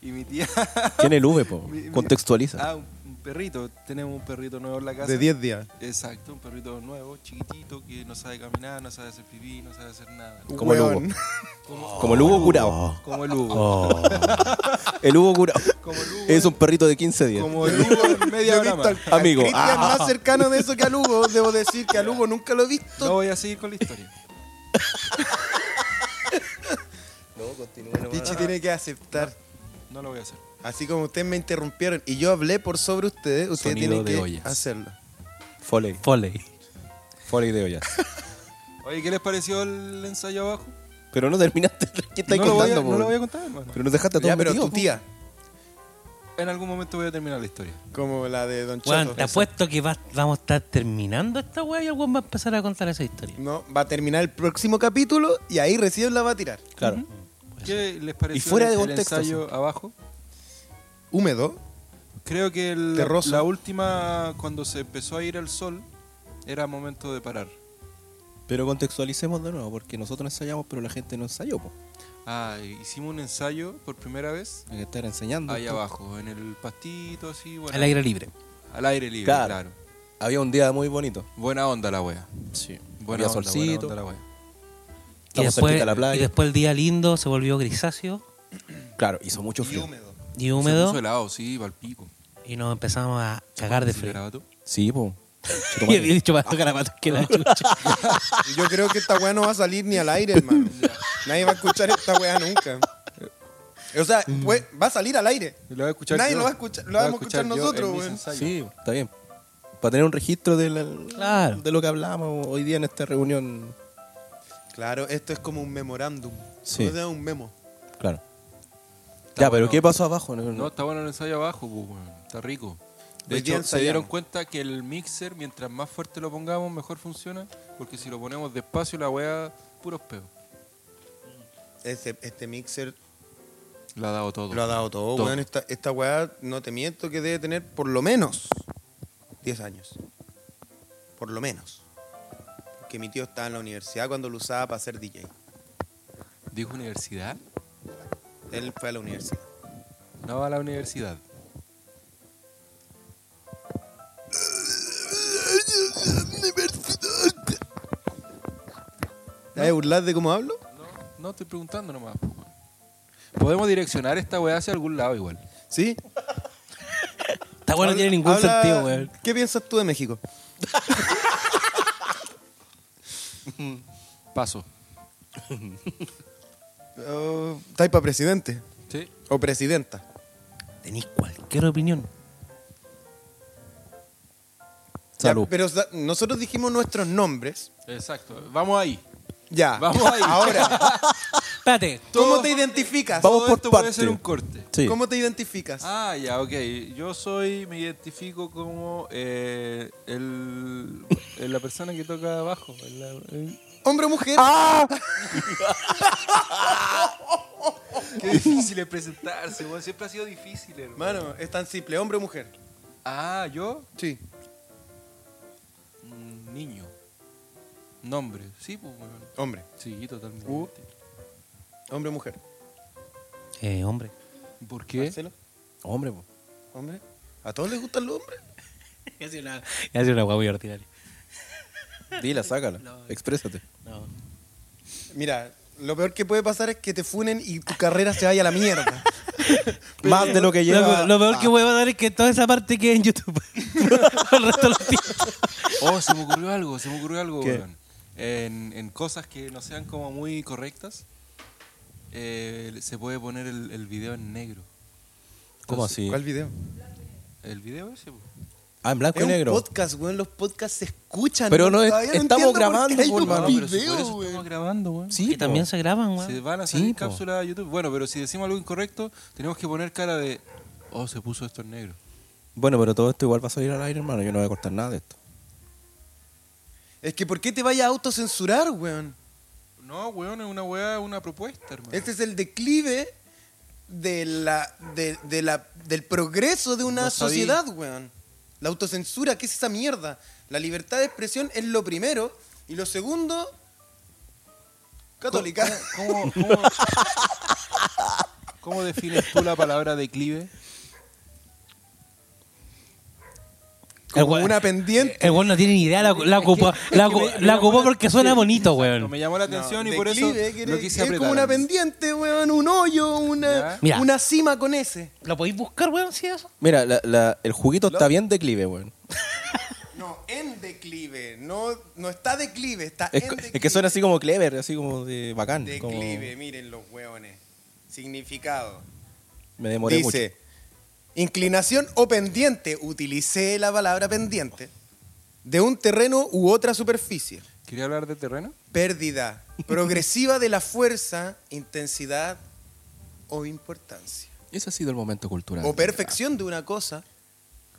Speaker 4: Y mi tía.
Speaker 3: Tiene el V, po.
Speaker 4: mi- mi-
Speaker 3: Contextualiza.
Speaker 4: Ah, un, un perrito. Tenemos un perrito nuevo en la casa.
Speaker 2: De 10 días.
Speaker 4: Exacto, un perrito nuevo, chiquitito, que no sabe caminar, no sabe hacer pipí, no sabe hacer nada.
Speaker 3: Como el Hugo. Como el Hugo curado.
Speaker 4: Como el Hugo.
Speaker 3: El Hugo curado.
Speaker 4: Como el Hugo.
Speaker 3: Oh. Es un perrito de 15 días.
Speaker 4: Como el Hugo en media
Speaker 2: Yo he
Speaker 4: hora
Speaker 2: visto
Speaker 4: más.
Speaker 2: al, al
Speaker 3: Amigo,
Speaker 2: Cristian
Speaker 3: ah.
Speaker 2: más cercano de eso que al Hugo. Debo decir que al Hugo nunca lo he visto.
Speaker 4: No voy a seguir con la historia.
Speaker 2: Pichi tiene que aceptar.
Speaker 4: No lo voy a hacer.
Speaker 2: Así como ustedes me interrumpieron y yo hablé por sobre ustedes, ustedes
Speaker 4: Sonido
Speaker 2: tienen
Speaker 4: de
Speaker 2: que
Speaker 4: ollas.
Speaker 2: hacerlo.
Speaker 3: Foley.
Speaker 5: Foley.
Speaker 3: Foley de ollas.
Speaker 4: Oye, ¿qué les pareció el ensayo abajo?
Speaker 3: Pero no terminaste. ¿Qué estáis
Speaker 4: no, lo voy a,
Speaker 3: contando,
Speaker 4: no
Speaker 3: po?
Speaker 4: lo voy a contar, hermano.
Speaker 3: Pero nos dejaste a todos
Speaker 2: Ya, pero
Speaker 3: metidos,
Speaker 2: tu
Speaker 3: po.
Speaker 2: tía,
Speaker 4: En algún momento voy a terminar la historia.
Speaker 2: como la de Don
Speaker 5: Weón, te
Speaker 2: Chato.
Speaker 5: apuesto que va- vamos a estar terminando esta weá y el weón va a empezar a contar esa historia.
Speaker 2: No, va a terminar el próximo capítulo y ahí recién la va a tirar.
Speaker 3: Claro.
Speaker 4: ¿Qué les pareció
Speaker 3: Y fuera de
Speaker 4: el, el
Speaker 3: contexto,
Speaker 4: ensayo abajo?
Speaker 2: Húmedo.
Speaker 4: Creo que el-
Speaker 2: Terroso.
Speaker 4: la última, cuando se empezó a ir el sol, era momento de parar.
Speaker 3: Pero contextualicemos de nuevo, porque nosotros ensayamos, pero la gente no ensayó, po.
Speaker 4: Ah, hicimos un ensayo por primera vez
Speaker 3: Hay que estar enseñando.
Speaker 4: ahí
Speaker 3: po.
Speaker 4: abajo, en el pastito, así, bueno.
Speaker 5: Al aire libre.
Speaker 4: Al aire libre,
Speaker 3: Claro.
Speaker 4: claro.
Speaker 3: Había un día muy bonito.
Speaker 4: Buena onda la wea.
Speaker 3: Sí.
Speaker 4: Buena onda,
Speaker 3: solcito.
Speaker 4: buena onda la wea.
Speaker 5: Y
Speaker 3: Estamos
Speaker 5: después,
Speaker 3: cerquita de la playa.
Speaker 5: y después el día lindo se volvió grisáceo
Speaker 3: Claro, hizo mucho
Speaker 2: Y
Speaker 3: frío.
Speaker 2: húmedo.
Speaker 5: y
Speaker 4: Se
Speaker 5: húmedo
Speaker 4: puso helado, sí, pa'l pico.
Speaker 5: y nos empezamos a cagar de
Speaker 4: Sí,
Speaker 5: frío.
Speaker 4: garabato.
Speaker 3: Sí, po.
Speaker 5: Y he dicho más garabatos que la chucha.
Speaker 2: Yo creo que esta weá no va a salir ni al aire, hermano. Nadie va a escuchar esta weá nunca. O sea, pues, va a salir al aire.
Speaker 4: Lo voy a escuchar
Speaker 2: Nadie
Speaker 4: yo.
Speaker 2: lo va a escuchar, lo
Speaker 4: voy a
Speaker 2: vamos a escuchar
Speaker 4: yo en
Speaker 2: nosotros,
Speaker 4: mis
Speaker 2: weón.
Speaker 4: ensayos.
Speaker 3: Sí, está bien. Para tener un registro de, la-
Speaker 5: Claro.
Speaker 3: de lo que hablamos hoy día en esta reunión.
Speaker 2: Claro, esto es como un memorándum.
Speaker 3: Sí.
Speaker 2: Nos da un memo.
Speaker 3: Claro.
Speaker 4: Está
Speaker 3: ya, pero
Speaker 4: bueno.
Speaker 3: ¿qué pasó abajo? No, no.
Speaker 4: No, está bueno el ensayo abajo, pues, weón. Está rico. De
Speaker 2: Hoy día
Speaker 4: hecho, se
Speaker 2: ensayamos.
Speaker 4: dieron cuenta que el mixer, mientras más fuerte lo pongamos, mejor funciona. Porque si lo ponemos despacio, la wea, puros peos.
Speaker 2: Este, este mixer
Speaker 4: Lo ha dado todo.
Speaker 2: lo ha dado todo,
Speaker 4: Todo.
Speaker 2: weón. Esta, esta weá, no te miento, que debe tener por lo menos 10 años. Por lo menos. Que mi tío estaba en la universidad cuando lo usaba para ser DJ.
Speaker 4: ¿Dijo universidad?
Speaker 2: Él fue a la universidad.
Speaker 4: No va a la universidad.
Speaker 2: ¿Te vas a burlar de cómo hablo?
Speaker 4: No, estoy preguntando nomás. po, weón. Podemos direccionar esta weá hacia algún lado igual.
Speaker 2: Sí.
Speaker 5: Esta weá no tiene ningún
Speaker 2: Habla-
Speaker 5: sentido, weón.
Speaker 2: ¿Qué piensas tú de México?
Speaker 4: Paso.
Speaker 2: Uh, ¿Estás para presidente?
Speaker 4: Sí.
Speaker 2: ¿O presidenta?
Speaker 5: Tenéis cualquier opinión.
Speaker 2: Ya,
Speaker 3: Salud.
Speaker 2: pero sa- nosotros dijimos nuestros nombres.
Speaker 4: Exacto. Vamos ahí.
Speaker 2: Ya.
Speaker 4: Vamos ahí.
Speaker 2: Ahora,
Speaker 5: Espérate.
Speaker 2: ¿cómo te identificas?
Speaker 3: Vamos
Speaker 4: Todo
Speaker 3: por
Speaker 4: esto
Speaker 3: parte.
Speaker 4: puede ser un corte.
Speaker 3: Sí.
Speaker 2: ¿Cómo te identificas?
Speaker 4: Ah, ya, ok. Yo soy, me identifico como eh, el, el- la persona que toca abajo. el- el-
Speaker 2: ¿Hombre o mujer?
Speaker 4: Qué difícil es presentarse, weón. Siempre ha sido difícil, hermano.
Speaker 2: Mano, es tan simple. ¿Hombre o mujer?
Speaker 4: Ah, yo,
Speaker 2: Sí.
Speaker 4: Mm, niño. Nombre. Sí, pues, weón.
Speaker 2: Hombre.
Speaker 4: Sí, totalmente.
Speaker 2: Uh. ¿Hombre o mujer?
Speaker 5: Eh, hombre.
Speaker 4: ¿Por qué?
Speaker 2: Marcelo,
Speaker 3: Hombre, po.
Speaker 2: ¿Hombre? ¿A todos les gustan los hombres?
Speaker 5: Ya sido una, ha sido una weá muy ordinaria.
Speaker 3: Dila, sácala. Exprésate.
Speaker 5: No.
Speaker 2: Mira, lo peor que puede pasar es que te funen y tu carrera se vaya a la mierda.
Speaker 3: Más de lo que lleva.
Speaker 5: Lo, lo peor
Speaker 2: Ah,
Speaker 5: que voy a dar es que toda esa parte quede en YouTube. El resto lo tiro.
Speaker 4: Oh, se me ocurrió algo, se me ocurrió algo, weón. En, en cosas que no sean como muy correctas, eh, se puede poner el, el video en negro.
Speaker 3: ¿Cómo así?
Speaker 2: ¿Cuál video?
Speaker 4: ¿El video ese? pues? po.
Speaker 3: Ah, en blanco
Speaker 2: Es
Speaker 3: y
Speaker 2: un
Speaker 3: negro.
Speaker 2: podcast, weón. Los podcasts se escuchan.
Speaker 3: Pero no es-
Speaker 2: Todavía
Speaker 3: estamos
Speaker 2: entiendo por qué
Speaker 3: grabando,
Speaker 2: hay
Speaker 3: por
Speaker 2: un
Speaker 3: mano,
Speaker 4: pero si
Speaker 2: video,
Speaker 4: por eso
Speaker 2: weón.
Speaker 4: estamos grabando, weón.
Speaker 3: Sí,
Speaker 5: Que
Speaker 3: po.
Speaker 5: también se graban,
Speaker 4: Se
Speaker 5: weón.
Speaker 4: van a
Speaker 3: Sí,
Speaker 4: salir
Speaker 3: po.
Speaker 4: cápsulas a YouTube. Bueno, pero si decimos algo incorrecto, tenemos que poner cara de. Oh, se puso esto en negro.
Speaker 3: Bueno, pero todo esto igual va a salir al aire, hermano. Yo no voy a cortar nada de esto.
Speaker 2: Es que ¿por qué te vayas a autocensurar, weón?
Speaker 4: No, weón, es una weá, una propuesta, hermano.
Speaker 2: Este es el declive de la, de, de la, del progreso de una
Speaker 4: No sabí.
Speaker 2: sociedad, weón. La autocensura, ¿qué es esa mierda? La libertad de expresión es lo primero y lo segundo, católica.
Speaker 4: ¿Cómo, cómo, cómo defines tú la palabra declive?
Speaker 5: El
Speaker 2: Como
Speaker 5: weón-
Speaker 2: una pendiente.
Speaker 5: El weón no tiene ni idea, la, la ocupó, la, ocu- la ocupó porque suena bonito,
Speaker 4: No,
Speaker 5: weón.
Speaker 4: me llamó la atención y por eso
Speaker 2: declive, que
Speaker 4: lo
Speaker 2: es-
Speaker 4: quise
Speaker 2: es
Speaker 4: apretar.
Speaker 2: como una pendiente, weón, un hoyo, una,
Speaker 4: Ya.
Speaker 5: Mira.
Speaker 2: una cima con ese.
Speaker 5: ¿Lo podéis buscar, weón? Sí, eso.
Speaker 3: Mira, la- la- el juguito está bien declive, weón.
Speaker 2: No, en declive, no, no está declive, está
Speaker 3: Es,
Speaker 2: en
Speaker 3: co- es
Speaker 2: declive.
Speaker 3: que suena así como clever, así como de bacán. como-
Speaker 2: Declive, miren los hueones. Significado.
Speaker 3: me demoré
Speaker 2: Dice, inclinación o pendiente, utilicé la palabra pendiente, de un terreno u otra superficie.
Speaker 4: ¿Quería hablar de terreno?
Speaker 2: Pérdida progresiva de la fuerza, intensidad o importancia.
Speaker 3: mucho. Ese ha sido el momento cultural.
Speaker 2: O perfección de una cosa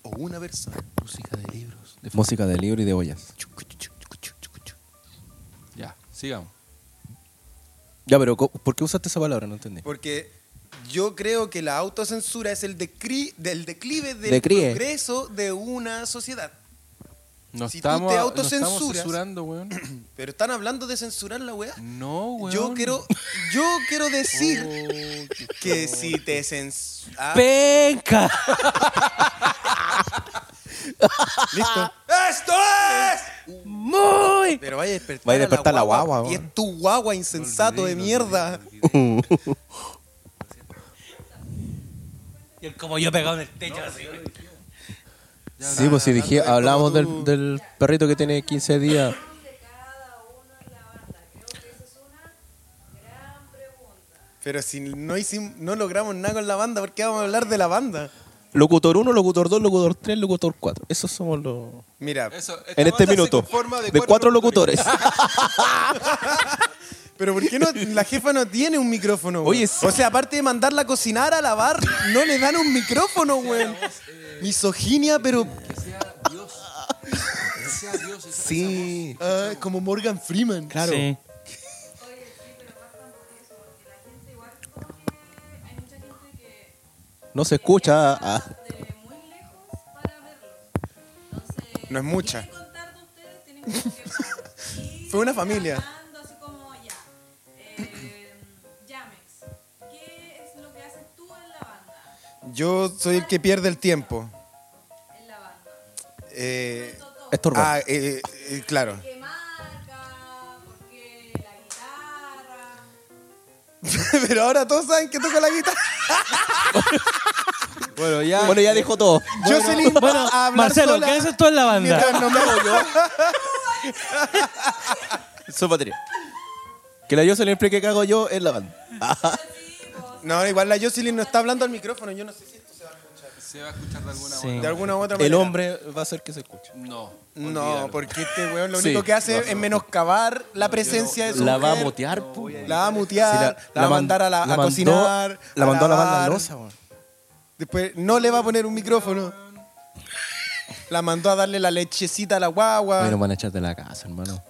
Speaker 2: o una persona.
Speaker 4: Música de libros.
Speaker 3: Música de libro y de ollas.
Speaker 4: Ya, sigamos.
Speaker 3: Ya, pero co- ¿por qué usaste esa palabra? No entendí.
Speaker 2: Porque yo creo que la autocensura es el, decri- del declive del
Speaker 3: Decríe.
Speaker 2: progreso de una sociedad.
Speaker 4: No
Speaker 2: Si tú
Speaker 4: estamos,
Speaker 2: te
Speaker 4: no estamos
Speaker 2: autocensuras-
Speaker 4: censurando, weón.
Speaker 2: Pero están hablando de censurar la weá.
Speaker 4: No, weón.
Speaker 2: Yo quiero, yo quiero decir
Speaker 4: Oh,
Speaker 2: que
Speaker 4: qué-
Speaker 2: si te ah, censuras.
Speaker 5: ¡Penca!
Speaker 2: listo. ¡Ah! ¡Esto es!
Speaker 5: ¡Muy!
Speaker 2: Pero vaya a despertar,
Speaker 3: Vaya a despertar la guagua,
Speaker 2: Y
Speaker 3: weón.
Speaker 2: es tu guagua insensato de
Speaker 4: Olvidé,
Speaker 2: mierda.
Speaker 4: olvidé, olvidé.
Speaker 5: Y él como yo pegado en el techo así.
Speaker 4: Ya
Speaker 3: Sí, pues si
Speaker 4: hablaba-
Speaker 3: dije, hablamos del, del perrito que tiene 15 días.
Speaker 2: Pero si no, hicim- no logramos nada con la banda, ¿por qué vamos a hablar de la banda?
Speaker 3: Locutor 1, locutor 2, locutor 3, locutor 4. Esos somos los...
Speaker 2: Mira,
Speaker 4: Eso, esta
Speaker 3: En este
Speaker 4: banda se
Speaker 3: minuto,
Speaker 4: conforma
Speaker 3: de cuatro locutores.
Speaker 2: pero ¿por qué no, la jefa no tiene un micrófono? weón?
Speaker 3: Oye, sí.
Speaker 2: o sea, aparte de mandarla a cocinar, a lavar, no le dan un micrófono, weón. Misoginia, pero
Speaker 4: Que sea Dios. Que sea Dios. esa-
Speaker 3: Sí.
Speaker 2: ah, como Morgan Freeman. Claro.
Speaker 5: Sí.
Speaker 3: No se escucha. ah.
Speaker 7: de muy lejos para verlos. Entonces,
Speaker 2: No es mucha.
Speaker 7: quieren contar de ustedes, tienen como que parar. Y
Speaker 2: Fue una familia.
Speaker 7: llamando, Así como ya. eh, Yamex, ¿qué es lo que haces tú en la banda?
Speaker 2: Yo soy el que pierde el tiempo.
Speaker 7: En la banda.
Speaker 2: Eh,
Speaker 3: Estorbar.
Speaker 2: ah, eh, eh, claro.
Speaker 7: ¿Qué marca? ¿Por qué la guitarra?
Speaker 2: pero ahora todos saben que toco la guitarra.
Speaker 4: Bueno, ya.
Speaker 3: Bueno, ya dijo todo.
Speaker 2: Jocelyn va
Speaker 5: Bueno,
Speaker 2: a hablar
Speaker 5: Marcelo,
Speaker 2: sola
Speaker 5: ¿qué haces tú en la banda?
Speaker 2: mientras no me hago yo.
Speaker 3: Su batería. Que la yo se le explique que hago yo en la banda.
Speaker 2: No, igual la Jocelyn no está hablando al micrófono. Yo no sé si esto se va a escuchar.
Speaker 4: ¿Se va a escuchar de alguna
Speaker 5: Sí.
Speaker 2: De
Speaker 4: manera?
Speaker 2: alguna u otra manera.
Speaker 3: El hombre va a hacer que se escuche.
Speaker 4: No.
Speaker 2: No,
Speaker 4: olvídalo.
Speaker 2: porque este weón lo
Speaker 3: Sí,
Speaker 2: único que hace
Speaker 3: no,
Speaker 2: es menoscabar la presencia de su
Speaker 3: La
Speaker 2: mujer.
Speaker 3: va a mutear, po.
Speaker 2: La va a mutear, la, va a
Speaker 3: man-
Speaker 2: mandar a, la, a
Speaker 3: mandó-
Speaker 2: cocinar.
Speaker 3: La mandó a la banda
Speaker 2: lavar.
Speaker 3: losa, weón.
Speaker 2: Después no le va a poner un micrófono. La mandó a darle la lechecita a la guagua.
Speaker 3: Bueno, van a echar de la casa, hermano.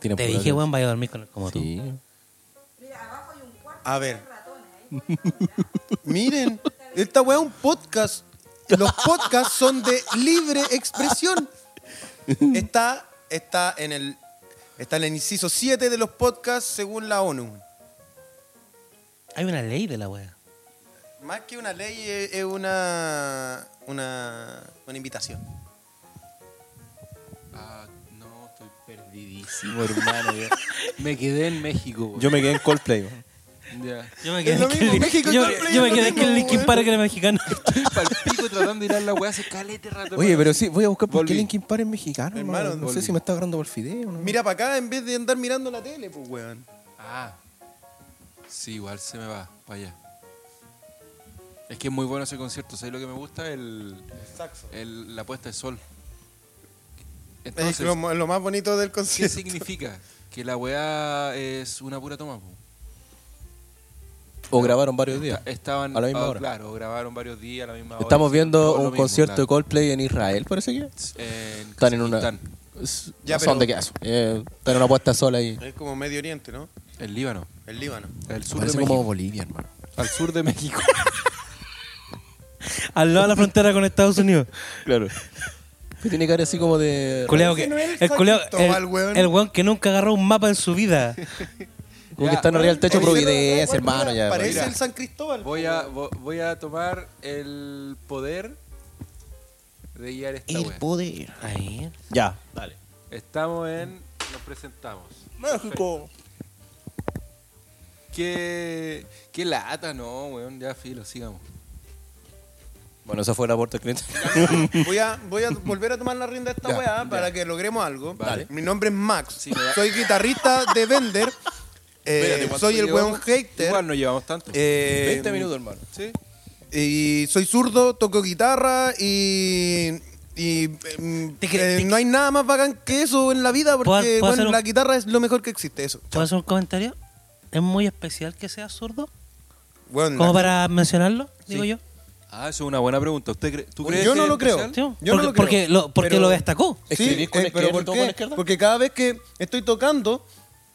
Speaker 3: Tienen
Speaker 5: Te
Speaker 3: pura
Speaker 5: dije,
Speaker 3: luz.
Speaker 5: weón, vaya a dormir con- como tú.
Speaker 3: Sí.
Speaker 2: A ver. Miren, esta weá es un podcast. Los podcasts son de libre expresión. Está, está en el. Está en el inciso 7 de los podcasts según la ONU.
Speaker 5: Hay una ley de la wea.
Speaker 2: Más que una ley eh, es es una, una. una invitación.
Speaker 4: Ah, no, estoy perdidísimo, hermano. ya. Me quedé en México, weón.
Speaker 3: Yo me quedé en Coldplay, weón.
Speaker 4: Ya.
Speaker 5: Yo me
Speaker 2: quedé Es lo en mismo, Kelly- México y yo- Coldplay yo
Speaker 5: Yo
Speaker 2: me
Speaker 5: me
Speaker 2: es lo quedé
Speaker 5: quedé
Speaker 2: mismo,
Speaker 5: en
Speaker 2: en
Speaker 5: Linkin
Speaker 2: Linkin weón.
Speaker 5: Park
Speaker 2: Park
Speaker 5: era mexicano.
Speaker 4: Estoy pa'l pico tratando de ir a la weá hace calete rato.
Speaker 3: Oye, pero sí, voy a buscar por qué
Speaker 4: Volví.
Speaker 3: Linkin Park es mexicano, hermano.
Speaker 2: Hermano,
Speaker 3: no sé
Speaker 4: volví.
Speaker 3: si me está agarrando por el fideo, ¿no?
Speaker 2: Mira para acá en vez de andar mirando la tele, pues weón.
Speaker 4: Ah. Sí, igual se me va, para allá. Es que es muy bueno ese concierto. ¿Sabes lo que me gusta? El, el- la puesta de sol.
Speaker 2: Es
Speaker 4: Entonces,
Speaker 2: lo, lo más bonito del
Speaker 4: ¿qué
Speaker 2: concierto.
Speaker 4: significa? Que la weá es una pura toma. po.
Speaker 3: O grabaron varios días.
Speaker 4: Estaban
Speaker 3: A la misma
Speaker 4: ah,
Speaker 3: hora.
Speaker 4: Claro, grabaron varios días a la misma hora.
Speaker 3: Estamos viendo
Speaker 4: Todo lo
Speaker 3: un
Speaker 4: mismo,
Speaker 3: concierto de
Speaker 4: claro.
Speaker 3: Coldplay en Israel, parece que.
Speaker 4: Eh, en
Speaker 3: Están en una.
Speaker 4: Kazajistán,
Speaker 3: s-
Speaker 2: Ya,
Speaker 3: no son
Speaker 2: pero-
Speaker 3: de queso. Eh, están en una puesta sola ahí.
Speaker 2: Es como Medio Oriente, ¿no?
Speaker 4: El Líbano.
Speaker 2: El Líbano.
Speaker 4: El sur
Speaker 3: Parece
Speaker 4: de México.
Speaker 3: como Bolivia, hermano.
Speaker 4: Al sur de México.
Speaker 5: Al lado de la frontera con Estados Unidos.
Speaker 3: Claro. Que tiene cara así como de.
Speaker 5: Culeado
Speaker 2: Ese
Speaker 5: que,
Speaker 2: no es el
Speaker 5: el culeado,
Speaker 2: Cristóbal,
Speaker 5: el,
Speaker 2: weón.
Speaker 5: el weón que nunca agarró un mapa en su vida.
Speaker 3: Como
Speaker 4: Ya.
Speaker 3: que están arriba del techo
Speaker 2: Oye,
Speaker 3: Providencia,
Speaker 2: pero-
Speaker 3: hermano. Ya,
Speaker 2: Parece
Speaker 3: mira.
Speaker 2: el San Cristóbal.
Speaker 4: Voy a, vo- voy a tomar el poder de guiar esta wea.
Speaker 3: poder.
Speaker 5: Ahí.
Speaker 3: Ya, dale.
Speaker 4: Estamos en. Nos presentamos.
Speaker 3: México.
Speaker 4: Qué. Qué lata, no, weón. Ya filo, sigamos.
Speaker 3: Bueno, esa fue la puerta del cliente.
Speaker 2: Voy a, voy a volver a tomar la rienda de esta
Speaker 3: Ya,
Speaker 2: weá para que logremos algo.
Speaker 4: Vale.
Speaker 2: Mi nombre es Max.
Speaker 4: Sí, me da-
Speaker 2: Soy guitarrista de Bender. Eh,
Speaker 4: Espérate, ¿cuánto
Speaker 2: soy el
Speaker 4: llevamos?
Speaker 2: weón hater.
Speaker 4: Igual no llevamos tanto.
Speaker 2: Eh,
Speaker 3: 20 minutos, hermano.
Speaker 4: Sí.
Speaker 2: Y soy zurdo, toco guitarra y. y, mm,
Speaker 5: Te que-
Speaker 2: eh,
Speaker 5: te
Speaker 2: no hay nada más bacán que eso en la vida porque
Speaker 5: ¿Puedo- puedo
Speaker 2: bueno,
Speaker 5: hacer un-
Speaker 2: la guitarra es lo mejor que existe. Eso.
Speaker 5: ¿Puedo hacer un comentario? Es muy especial que sea zurdo.
Speaker 2: Weón, la-
Speaker 5: Como para mencionarlo, digo yo.
Speaker 4: Ah, eso es una buena pregunta. ¿Usted cree, ¿Tú crees
Speaker 2: yo no
Speaker 4: que
Speaker 2: lo
Speaker 4: es
Speaker 2: creo.
Speaker 4: especial?
Speaker 5: ¿Sí?
Speaker 2: Yo no lo
Speaker 5: porque,
Speaker 2: creo,
Speaker 5: porque lo, porque
Speaker 2: pero-
Speaker 5: lo destacó.
Speaker 2: Sí,
Speaker 3: Escribís con
Speaker 2: eh, pero
Speaker 3: izquierda y
Speaker 2: ¿por
Speaker 3: todo con
Speaker 2: qué?
Speaker 3: izquierda.
Speaker 2: Porque cada vez que estoy tocando,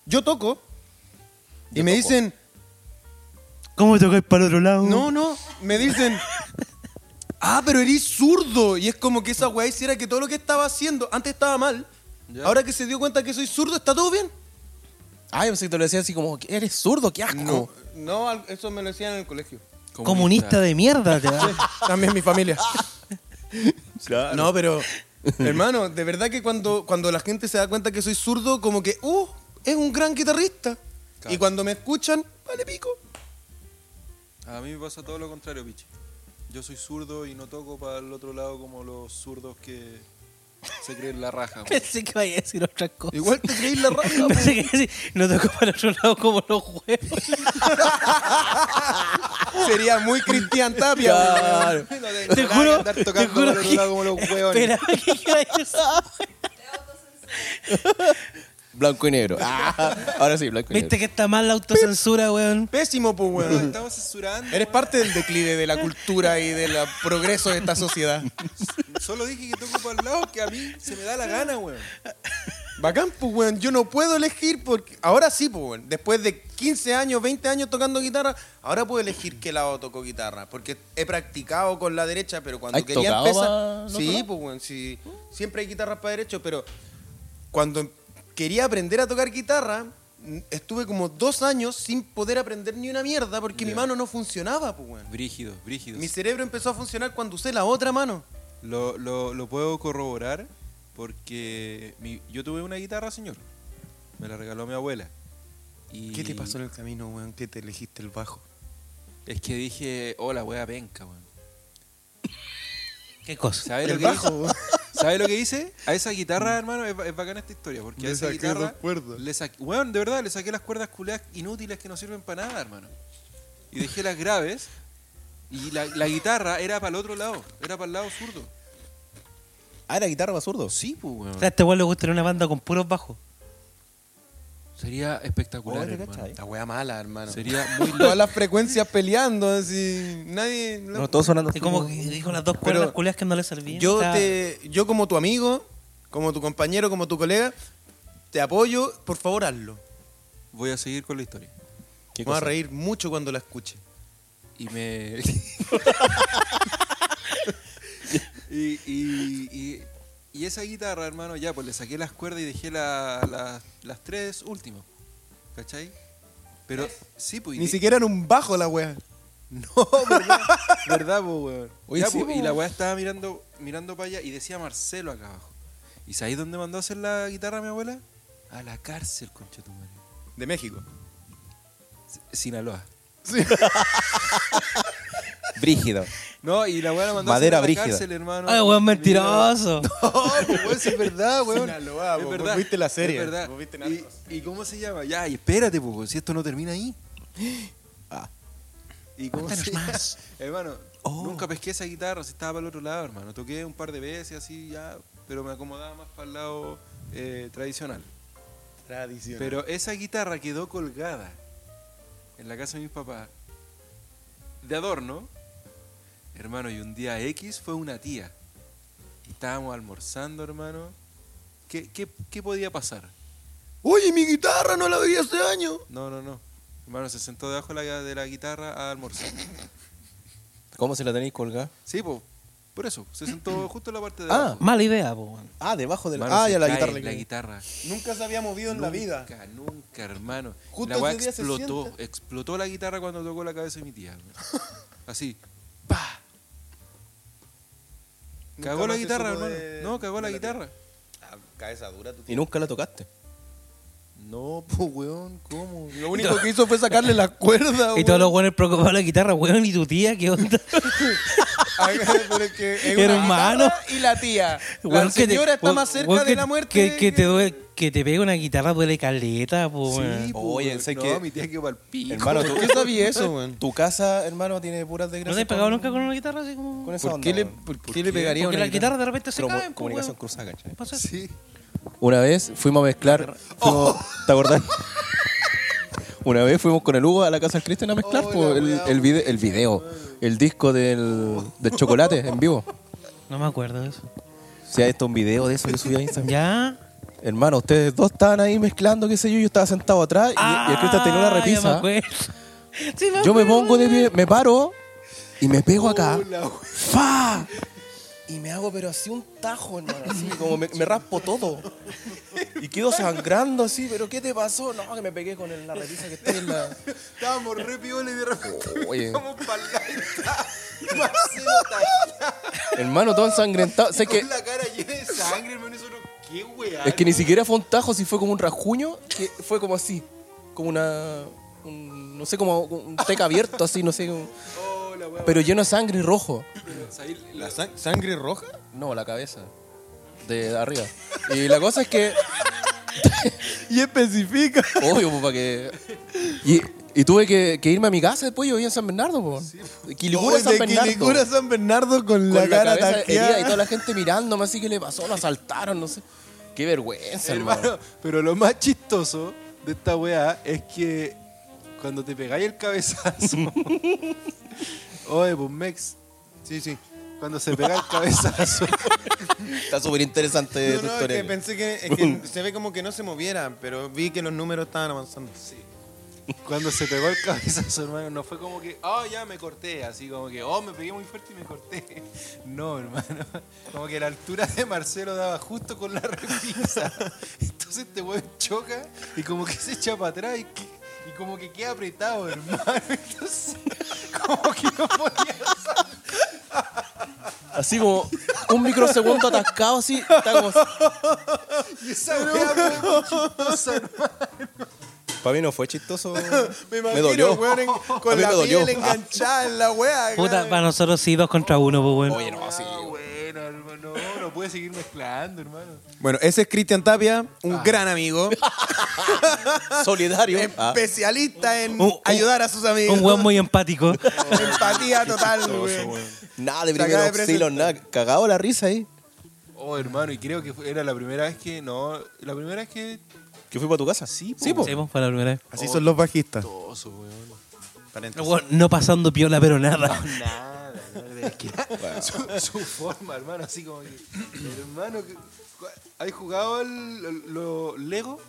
Speaker 2: yo toco y me dicen.
Speaker 5: ¿Cómo tocáis para el otro lado?
Speaker 2: No, no, me dicen, Ah, pero eres zurdo. Y es como que esa weá hiciera que todo lo que estaba haciendo antes estaba mal.
Speaker 4: Ya.
Speaker 2: Ahora que se dio cuenta que soy zurdo, está todo bien.
Speaker 3: Ay, pensé que te lo decía así como, eres zurdo, qué asco.
Speaker 2: No, no, al- eso me lo decían en el colegio.
Speaker 5: Comunista de mierda, te va.
Speaker 2: También mi familia. No, pero, hermano, de verdad que cuando, cuando la gente se da cuenta que soy zurdo, como que, uh, es un gran guitarrista.
Speaker 4: Claro.
Speaker 2: Y cuando me escuchan, vale pico.
Speaker 4: A mí me pasa todo lo contrario, pichi. Yo soy zurdo y no toco para el otro lado como los zurdos que se creen la raja. güey.
Speaker 5: Pensé que vaya a decir otra cosa.
Speaker 2: Igual te creí la raja. po.
Speaker 5: Pensé que iba a decir, no tocó para otro lado como los huevos.
Speaker 2: Sería muy Cristian Tapia.
Speaker 3: Claro.
Speaker 2: weón. No te-
Speaker 5: Te juro,
Speaker 4: andar
Speaker 5: te
Speaker 4: tocando
Speaker 5: juro
Speaker 4: por el
Speaker 5: que
Speaker 4: lado como los hueones.
Speaker 5: esperaba que iba a decir esa wea.
Speaker 3: Blanco y negro. Ah, ahora sí, blanco y
Speaker 5: Viste
Speaker 3: negro.
Speaker 5: que está mal la autocensura, weón.
Speaker 2: Pésimo, pues,
Speaker 4: No,
Speaker 2: weón.
Speaker 4: Estamos censurando.
Speaker 2: Eres parte del declive de la cultura y del progreso de esta sociedad.
Speaker 4: Solo dije que toco para el lado que a mí se me da la gana, weón.
Speaker 2: Bacán, pues, weón. Yo no puedo elegir porque. Ahora sí, pues, weón. Después de 15 años, 20 años tocando guitarra, ahora puedo elegir qué lado toco guitarra. Porque he practicado con la derecha, pero cuando
Speaker 3: ¿Has
Speaker 2: quería
Speaker 3: tocado
Speaker 2: empezar.
Speaker 3: pa- no
Speaker 2: Sí,
Speaker 3: tocado?
Speaker 2: pues, weón. Sí. Siempre hay guitarras para derecho, pero cuando quería aprender a tocar guitarra, n- estuve como dos años sin poder aprender ni una mierda porque mi
Speaker 4: Ya.
Speaker 2: mano no funcionaba, pues, weón.
Speaker 4: Brígidos, brígidos.
Speaker 2: Mi cerebro empezó a funcionar cuando usé la otra mano.
Speaker 4: Lo, lo- lo puedo corroborar porque mi- yo tuve una guitarra, señor. Me la regaló mi abuela. Y
Speaker 2: ¿Qué te pasó en el camino, weón? Que te elegiste el bajo.
Speaker 4: Es que dije, hola, wea, penca, weón.
Speaker 5: ¿Qué cosa?
Speaker 4: ¿Sabes lo que hice? ¿Sabes lo que hice? A esa guitarra, hermano, es, ba- es bacana esta historia. Porque
Speaker 2: Le
Speaker 4: a esa
Speaker 2: saqué
Speaker 4: guitarra.
Speaker 2: dos cuerdas.
Speaker 4: Le saqué, weón, de verdad, le saqué las cuerdas culeas inútiles que no sirven para nada, hermano. Y dejé las graves. Y la, la guitarra era para el otro lado, era para el lado zurdo.
Speaker 3: Ah, era guitarra más zurdo.
Speaker 4: Sí, pues, weón.
Speaker 5: O sea, a este weón le gustaría una banda con puros bajos.
Speaker 4: Sería espectacular,
Speaker 3: Pobre,
Speaker 4: hermano.
Speaker 3: ¿cachai?
Speaker 2: La wea mala, hermano.
Speaker 4: Sería muy
Speaker 2: Todas las frecuencias peleando, así. Nadie.
Speaker 3: No, todos sonando así
Speaker 5: Es como
Speaker 3: como-
Speaker 5: que dijo las dos
Speaker 2: Pero
Speaker 5: cuerdas culias que no le servían.
Speaker 2: yo,
Speaker 5: O sea,
Speaker 2: te, yo, como tu amigo, como tu compañero, como tu colega, te apoyo. Por favor, hazlo.
Speaker 4: Voy a seguir con la historia.
Speaker 3: ¿Qué
Speaker 2: Me voy a
Speaker 3: cosa?
Speaker 2: reír mucho cuando la escuche.
Speaker 4: Y me. y, y- y- y esa guitarra, hermano, ya, pues le saqué las cuerdas y dejé la- la- las tres últimas. ¿Cachai? Pero, sí, pues. y
Speaker 2: Ni
Speaker 4: de-
Speaker 2: siquiera en un bajo la wea.
Speaker 4: No, ¿verdad? ¿Verdad, po, weón?
Speaker 3: Oye,
Speaker 4: Ya,
Speaker 3: sí,
Speaker 4: po,
Speaker 3: po,
Speaker 4: pues, y la
Speaker 3: weón.
Speaker 4: weá estaba mirando, mirando para allá y decía Marcelo acá abajo. ¿Y sabéis dónde mandó a hacer la guitarra mi abuela? A la cárcel, concha tu madre.
Speaker 2: De México.
Speaker 4: Sinaloa.
Speaker 3: Brígido.
Speaker 4: No, y la weá la mandó
Speaker 3: Madera
Speaker 4: a hacer a la
Speaker 3: brígida.
Speaker 4: cárcel, hermano.
Speaker 5: Ay, weón,
Speaker 4: Y-
Speaker 5: mentiroso.
Speaker 4: No, weón, sí, es verdad, weón.
Speaker 2: Sinaloa,
Speaker 4: es
Speaker 2: vos
Speaker 4: verdad.
Speaker 2: viste la serie,
Speaker 4: Es verdad.
Speaker 2: vos viste
Speaker 4: y,
Speaker 2: Narcos.
Speaker 4: ¿Y cómo se llama? Ya, y espérate, po, si esto no termina ahí.
Speaker 3: Ah.
Speaker 4: ¿Y cómo se
Speaker 5: Cuéntanos
Speaker 4: llama?
Speaker 5: más. Oh.
Speaker 4: Hermano, nunca pesqué esa guitarra, si estaba para el otro lado, hermano. Toqué un par de veces así, ya, pero me acomodaba más para el lado eh, tradicional.
Speaker 2: Tradición.
Speaker 4: Pero esa guitarra quedó colgada en la casa de mis papás de adorno. Hermano, y un día X fue una tía. Y estábamos almorzando, hermano. ¿Qué, qué, qué podía pasar?
Speaker 2: Oye, mi guitarra no la veía hace años.
Speaker 4: No, no, no. Hermano, se sentó debajo de la, de la guitarra a almorzar.
Speaker 3: ¿Cómo se la tenéis colgada?
Speaker 4: Sí, po. Por eso, se sentó justo en la parte de
Speaker 3: Ah,
Speaker 4: abajo.
Speaker 5: Mala idea, po, weón.
Speaker 3: Ah, debajo del.
Speaker 4: Hermano,
Speaker 3: Ah,
Speaker 4: se
Speaker 3: ya la
Speaker 4: cae
Speaker 3: guitarra.
Speaker 4: La
Speaker 3: le-
Speaker 4: guitarra.
Speaker 2: Nunca se había movido en la vida.
Speaker 4: Nunca, nunca, hermano.
Speaker 2: Justo
Speaker 4: la weá
Speaker 2: ese día se
Speaker 4: explotó,
Speaker 2: sienta.
Speaker 4: explotó la guitarra cuando tocó la cabeza de mi tía. hermano. Así, pa.
Speaker 2: Nunca
Speaker 4: Cagó la
Speaker 2: más se
Speaker 4: guitarra,
Speaker 2: supo
Speaker 4: hermano.
Speaker 2: de-
Speaker 4: No, cagó
Speaker 2: de
Speaker 4: la
Speaker 2: la tía.
Speaker 4: guitarra.
Speaker 2: Cabeza dura, tu
Speaker 3: Y nunca la tocaste.
Speaker 4: No, pues weón, ¿cómo?
Speaker 2: Lo único que hizo fue sacarle las cuerdas.
Speaker 5: Y todos los weones preocupados de la guitarra, weón, y tu tía, ¿qué onda?
Speaker 2: Pero es que es una
Speaker 5: Hermano.
Speaker 2: guitarra Y la tía.
Speaker 5: Weón,
Speaker 2: la
Speaker 5: que te-
Speaker 2: señora está
Speaker 5: weón,
Speaker 2: más cerca
Speaker 5: weón,
Speaker 2: de
Speaker 5: que-
Speaker 2: la muerte.
Speaker 5: Que, que te duele, que te pegue una guitarra duele caleta, po,
Speaker 4: pues,
Speaker 5: weón.
Speaker 3: Oye,
Speaker 4: weón.
Speaker 3: sé
Speaker 4: no,
Speaker 3: que-
Speaker 4: mi tía que pa'l pico.
Speaker 3: Hermano, tú-
Speaker 2: ¿Por qué sabía eso, weón?
Speaker 3: tu casa, hermano, tiene puras
Speaker 5: ¿No
Speaker 3: desgracias.
Speaker 5: te has pegado
Speaker 3: con-
Speaker 5: nunca con una guitarra así como.?
Speaker 3: Con esa
Speaker 2: ¿Por
Speaker 3: onda,
Speaker 2: qué le,
Speaker 3: weón.
Speaker 2: por qué le pegaría
Speaker 5: Porque
Speaker 2: una
Speaker 5: la guitarra de repente se
Speaker 3: Cromo-
Speaker 5: cae, po,
Speaker 3: comunicación
Speaker 5: weón.
Speaker 3: cruzada, ¿cachai?
Speaker 5: Pasa eso.
Speaker 4: Sí.
Speaker 3: Una vez fuimos a mezclar.
Speaker 5: Oh.
Speaker 3: fuimos- ¿Te acordás? Una vez fuimos con el Hugo a la casa del Cristian a
Speaker 5: Oh,
Speaker 3: mezclar po, el, el, vide- el video, el disco del, del chocolate en vivo.
Speaker 5: No me acuerdo de eso.
Speaker 3: Si hay esto un video de eso que subí a Instagram.
Speaker 5: ¿Ya?
Speaker 3: Hermano, ustedes dos estaban ahí mezclando, qué sé yo, yo estaba sentado atrás y, y el Cristian tenía una
Speaker 5: Ah, ya me
Speaker 3: repisa.
Speaker 5: acuerdo. Sí,
Speaker 3: Yo me
Speaker 5: acuerdo.
Speaker 3: pongo de pie, me paro Y me pego acá. ¡Fa! Y me hago, pero así un tajo, hermano. Así como me, me raspo todo. Y quedo sangrando así. ¿Pero qué te pasó? No, que me pegué con el- la repisa que está en la.
Speaker 4: Estábamos re piola y de repente
Speaker 3: Oye.
Speaker 4: miramos para el aire. Marcelo está
Speaker 3: Hermano, todo ensangrentado. Sé que
Speaker 4: con la cara llena de sangre, hermano. y Nosotros, qué weá.
Speaker 3: es que ni siquiera fue un tajo, si fue como un rasguño. Que fue como así. Como una. un- no sé, como un teca abierto, así, no sé. como-
Speaker 4: Oh, la weá.
Speaker 3: Pero lleno de sangre y rojo.
Speaker 4: Ahí la-
Speaker 6: ¿La sang- sangre roja?
Speaker 3: No, la cabeza. De arriba. Y la cosa es que.
Speaker 2: Y especifica.
Speaker 3: Obvio, pues, para que. Y, y tuve que, que irme a mi casa después, yo vivía en San Bernardo, pues. Quilicura,
Speaker 2: Oye,
Speaker 3: San
Speaker 2: de
Speaker 3: Bernardo.
Speaker 2: Quilicura San Bernardo con,
Speaker 3: con
Speaker 2: la cara
Speaker 3: cabeza herida y toda
Speaker 2: taqueada.
Speaker 3: la gente mirándome, así que le pasó, lo asaltaron, no sé. Qué vergüenza, hermano.
Speaker 4: Hermano, pero lo más chistoso de esta weá es que cuando te pegáis el cabezazo. Oye, pues Mex. Sí, sí. Cuando se pega el cabezazo.
Speaker 3: Está súper interesante
Speaker 2: No,
Speaker 3: tu
Speaker 2: no, es
Speaker 3: historia.
Speaker 2: que pensé que, es que se ve como que no se moviera, pero vi que los números estaban avanzando.
Speaker 4: cuando se pegó el cabezazo, hermano, no fue como que, oh, ya me corté, así como que, oh, me pegué muy fuerte y me corté. No, hermano. Como que la altura de Marcelo daba justo con la repisa. Entonces este weón choca y como que se echa para atrás y, que- y como que queda apretado, hermano. Entonces, como que no podía
Speaker 3: Así como un microsegundo atascado, así. Está como...
Speaker 4: Esa weá fue muy chistosa, hermano.
Speaker 3: Para mí no fue chistoso.
Speaker 2: Me imagino,
Speaker 3: dolió.
Speaker 2: weón, en-
Speaker 3: A
Speaker 2: con
Speaker 3: mí
Speaker 2: la
Speaker 3: me dolió.
Speaker 2: piel enganchada en la wea.
Speaker 5: Puta,
Speaker 2: claro.
Speaker 5: para nosotros sí, dos contra uno, pues bueno.
Speaker 3: Oye, no, así.
Speaker 4: Ah, bueno, hermano, no, no puede seguir mezclando, hermano.
Speaker 2: Bueno, ese es Cristian Tapia, un gran amigo, Em,
Speaker 3: Solidario. Ah.
Speaker 2: especialista en
Speaker 5: Un- un-
Speaker 2: ayudar a sus amigos.
Speaker 5: Un weón muy empático.
Speaker 2: Empatía total, weón.
Speaker 3: Nada de
Speaker 2: Se acaba
Speaker 3: primer
Speaker 2: de
Speaker 3: auxilio,
Speaker 2: presentar.
Speaker 3: nada. Cagado la risa ahí.
Speaker 4: Oh, hermano, y creo que fue- era la primera vez que, no, la primera vez que...
Speaker 3: ¿Que fui para tu casa? Sí, Sí, po.
Speaker 5: Sí, pues, fue la primera vez.
Speaker 2: Así son los bajistas.
Speaker 4: Toso, weón.
Speaker 5: No, weón, no pasando piola, pero nada.
Speaker 4: Nada, nada, es que era su, su forma, hermano, así como que... hermano, que- ¿hay jugado el, lo Lego?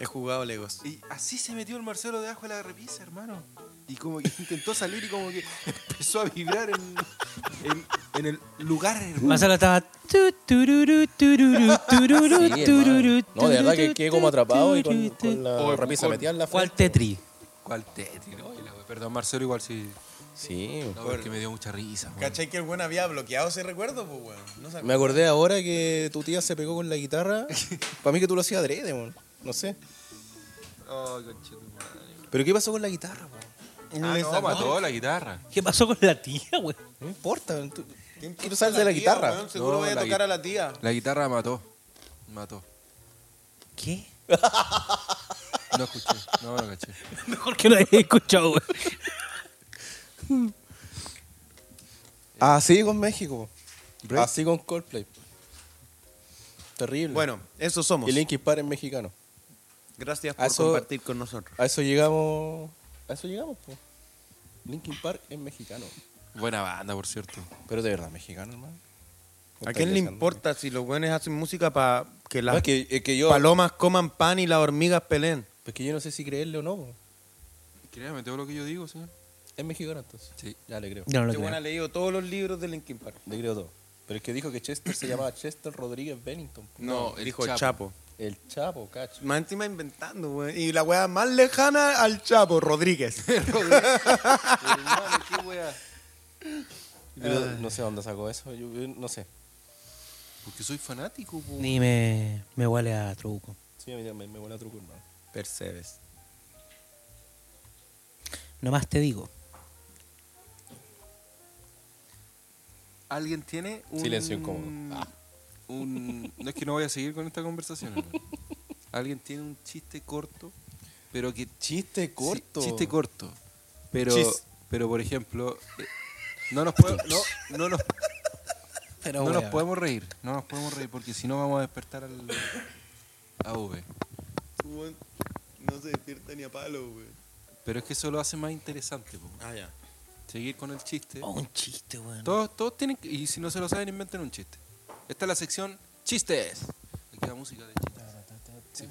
Speaker 2: He jugado Legos.
Speaker 4: Y así se metió el Marcelo debajo de la repisa, hermano. Y como que intentó salir y como que empezó a vibrar en, en, en el lugar, hermano.
Speaker 5: Marcelo estaba. tu, tururú, tururú, tururú,
Speaker 3: Sí,
Speaker 5: tururú,
Speaker 3: hermano. No, de verdad que
Speaker 5: tururú,
Speaker 3: quedé como atrapado y con,
Speaker 5: tururú,
Speaker 3: con la
Speaker 4: Oye,
Speaker 3: repisa
Speaker 4: con-
Speaker 3: metida en la
Speaker 5: ¿Cuál
Speaker 3: frente.
Speaker 5: Tetri?
Speaker 4: ¿Cuál Tetris? Oye, la wea. Perdón, Marcelo, igual sí.
Speaker 3: Sí.
Speaker 4: No, porque me dio mucha risa. weón.
Speaker 2: ¿Cachai que el weón había bloqueado ese recuerdo? Pues, weón. No se
Speaker 3: Me acordé ahora que tu tía se pegó con la guitarra. Para mí que tú lo hacías adrede, mon. No sé.
Speaker 4: Ay, conchetumadre.
Speaker 3: ¿Pero qué pasó con la guitarra, mon?
Speaker 4: Ah, no, mató la guitarra.
Speaker 5: ¿Qué pasó con la tía, weón?
Speaker 3: No importa. Tú,
Speaker 2: ¿Qué
Speaker 3: tú
Speaker 2: importa
Speaker 3: sabes de la
Speaker 2: tía,
Speaker 3: guitarra.
Speaker 2: weón? seguro
Speaker 4: No,
Speaker 2: voy a
Speaker 4: la
Speaker 2: tocar
Speaker 4: gui-
Speaker 2: a la tía.
Speaker 4: La guitarra mató. Mató.
Speaker 5: ¿Qué?
Speaker 4: No escuché. No, no caché.
Speaker 5: Mejor que no hayas escuchado, weón.
Speaker 3: Así con México.
Speaker 4: Break.
Speaker 3: Así con Coldplay. Terrible.
Speaker 2: Bueno, eso somos.
Speaker 3: Y Linkin Park en mexicano.
Speaker 2: Gracias
Speaker 3: A
Speaker 2: por
Speaker 3: eso-
Speaker 2: compartir con nosotros.
Speaker 3: A eso llegamos. A eso llegamos, po. Linkin Park en mexicano.
Speaker 4: Buena banda, por cierto.
Speaker 3: Pero de verdad, mexicano, hermano.
Speaker 2: ¿A quién le importa si los weones hacen música para que
Speaker 3: No,
Speaker 2: las
Speaker 3: es que, es que yo,
Speaker 2: palomas coman pan y las hormigas peleen?
Speaker 3: es que yo no sé si creerle o no. po.
Speaker 4: Créame todo lo que yo digo, señor.
Speaker 3: Es mexicano entonces.
Speaker 4: Sí.
Speaker 3: Ya le creo.
Speaker 5: Yo no lo
Speaker 2: Este weón ha
Speaker 5: creo.
Speaker 2: leído todos los libros de Linkin Park.
Speaker 3: Le creo todo. Pero es que dijo que Chester se llamaba Chester Rodríguez Bennington.
Speaker 4: No, el
Speaker 2: dijo el
Speaker 4: Chapo.
Speaker 2: Chapo.
Speaker 3: El Chapo, cacho.
Speaker 2: Más encima inventando, weón. Y la weá más lejana al Chapo, Rodríguez.
Speaker 4: Hermano, qué wea.
Speaker 3: Pero no sé dónde sacó eso. Yo, yo no sé.
Speaker 4: Porque soy fanático, po.
Speaker 5: Ni me, me huele a truco.
Speaker 3: Sí, a mí me, me huele a truco, hermano.
Speaker 2: Percebes.
Speaker 5: Nomás te digo.
Speaker 4: ¿Alguien tiene un.
Speaker 3: Silencio incómodo. Ah.
Speaker 4: Un... No es que no voy a seguir con esta conversación. hermano. ¿Alguien tiene un chiste corto? Pero que.
Speaker 3: Chiste corto.
Speaker 4: Sí, chiste corto. Pero.
Speaker 2: Chis.
Speaker 4: Pero, por ejemplo. eh, No nos podemos. No, no nos.
Speaker 5: Pero,
Speaker 4: No
Speaker 5: weón.
Speaker 4: nos podemos reír, no nos podemos reír porque si no vamos a despertar al a V.
Speaker 2: No se despierta ni a palo, weón.
Speaker 4: Pero es que eso lo hace más interesante. po.
Speaker 2: Ah, ya.
Speaker 4: Seguir con el chiste.
Speaker 5: Oh, un chiste, weón.
Speaker 4: Todos, todos tienen que- y si no se lo saben inventen un chiste. Esta es la sección chistes. Aquí la música de chistes.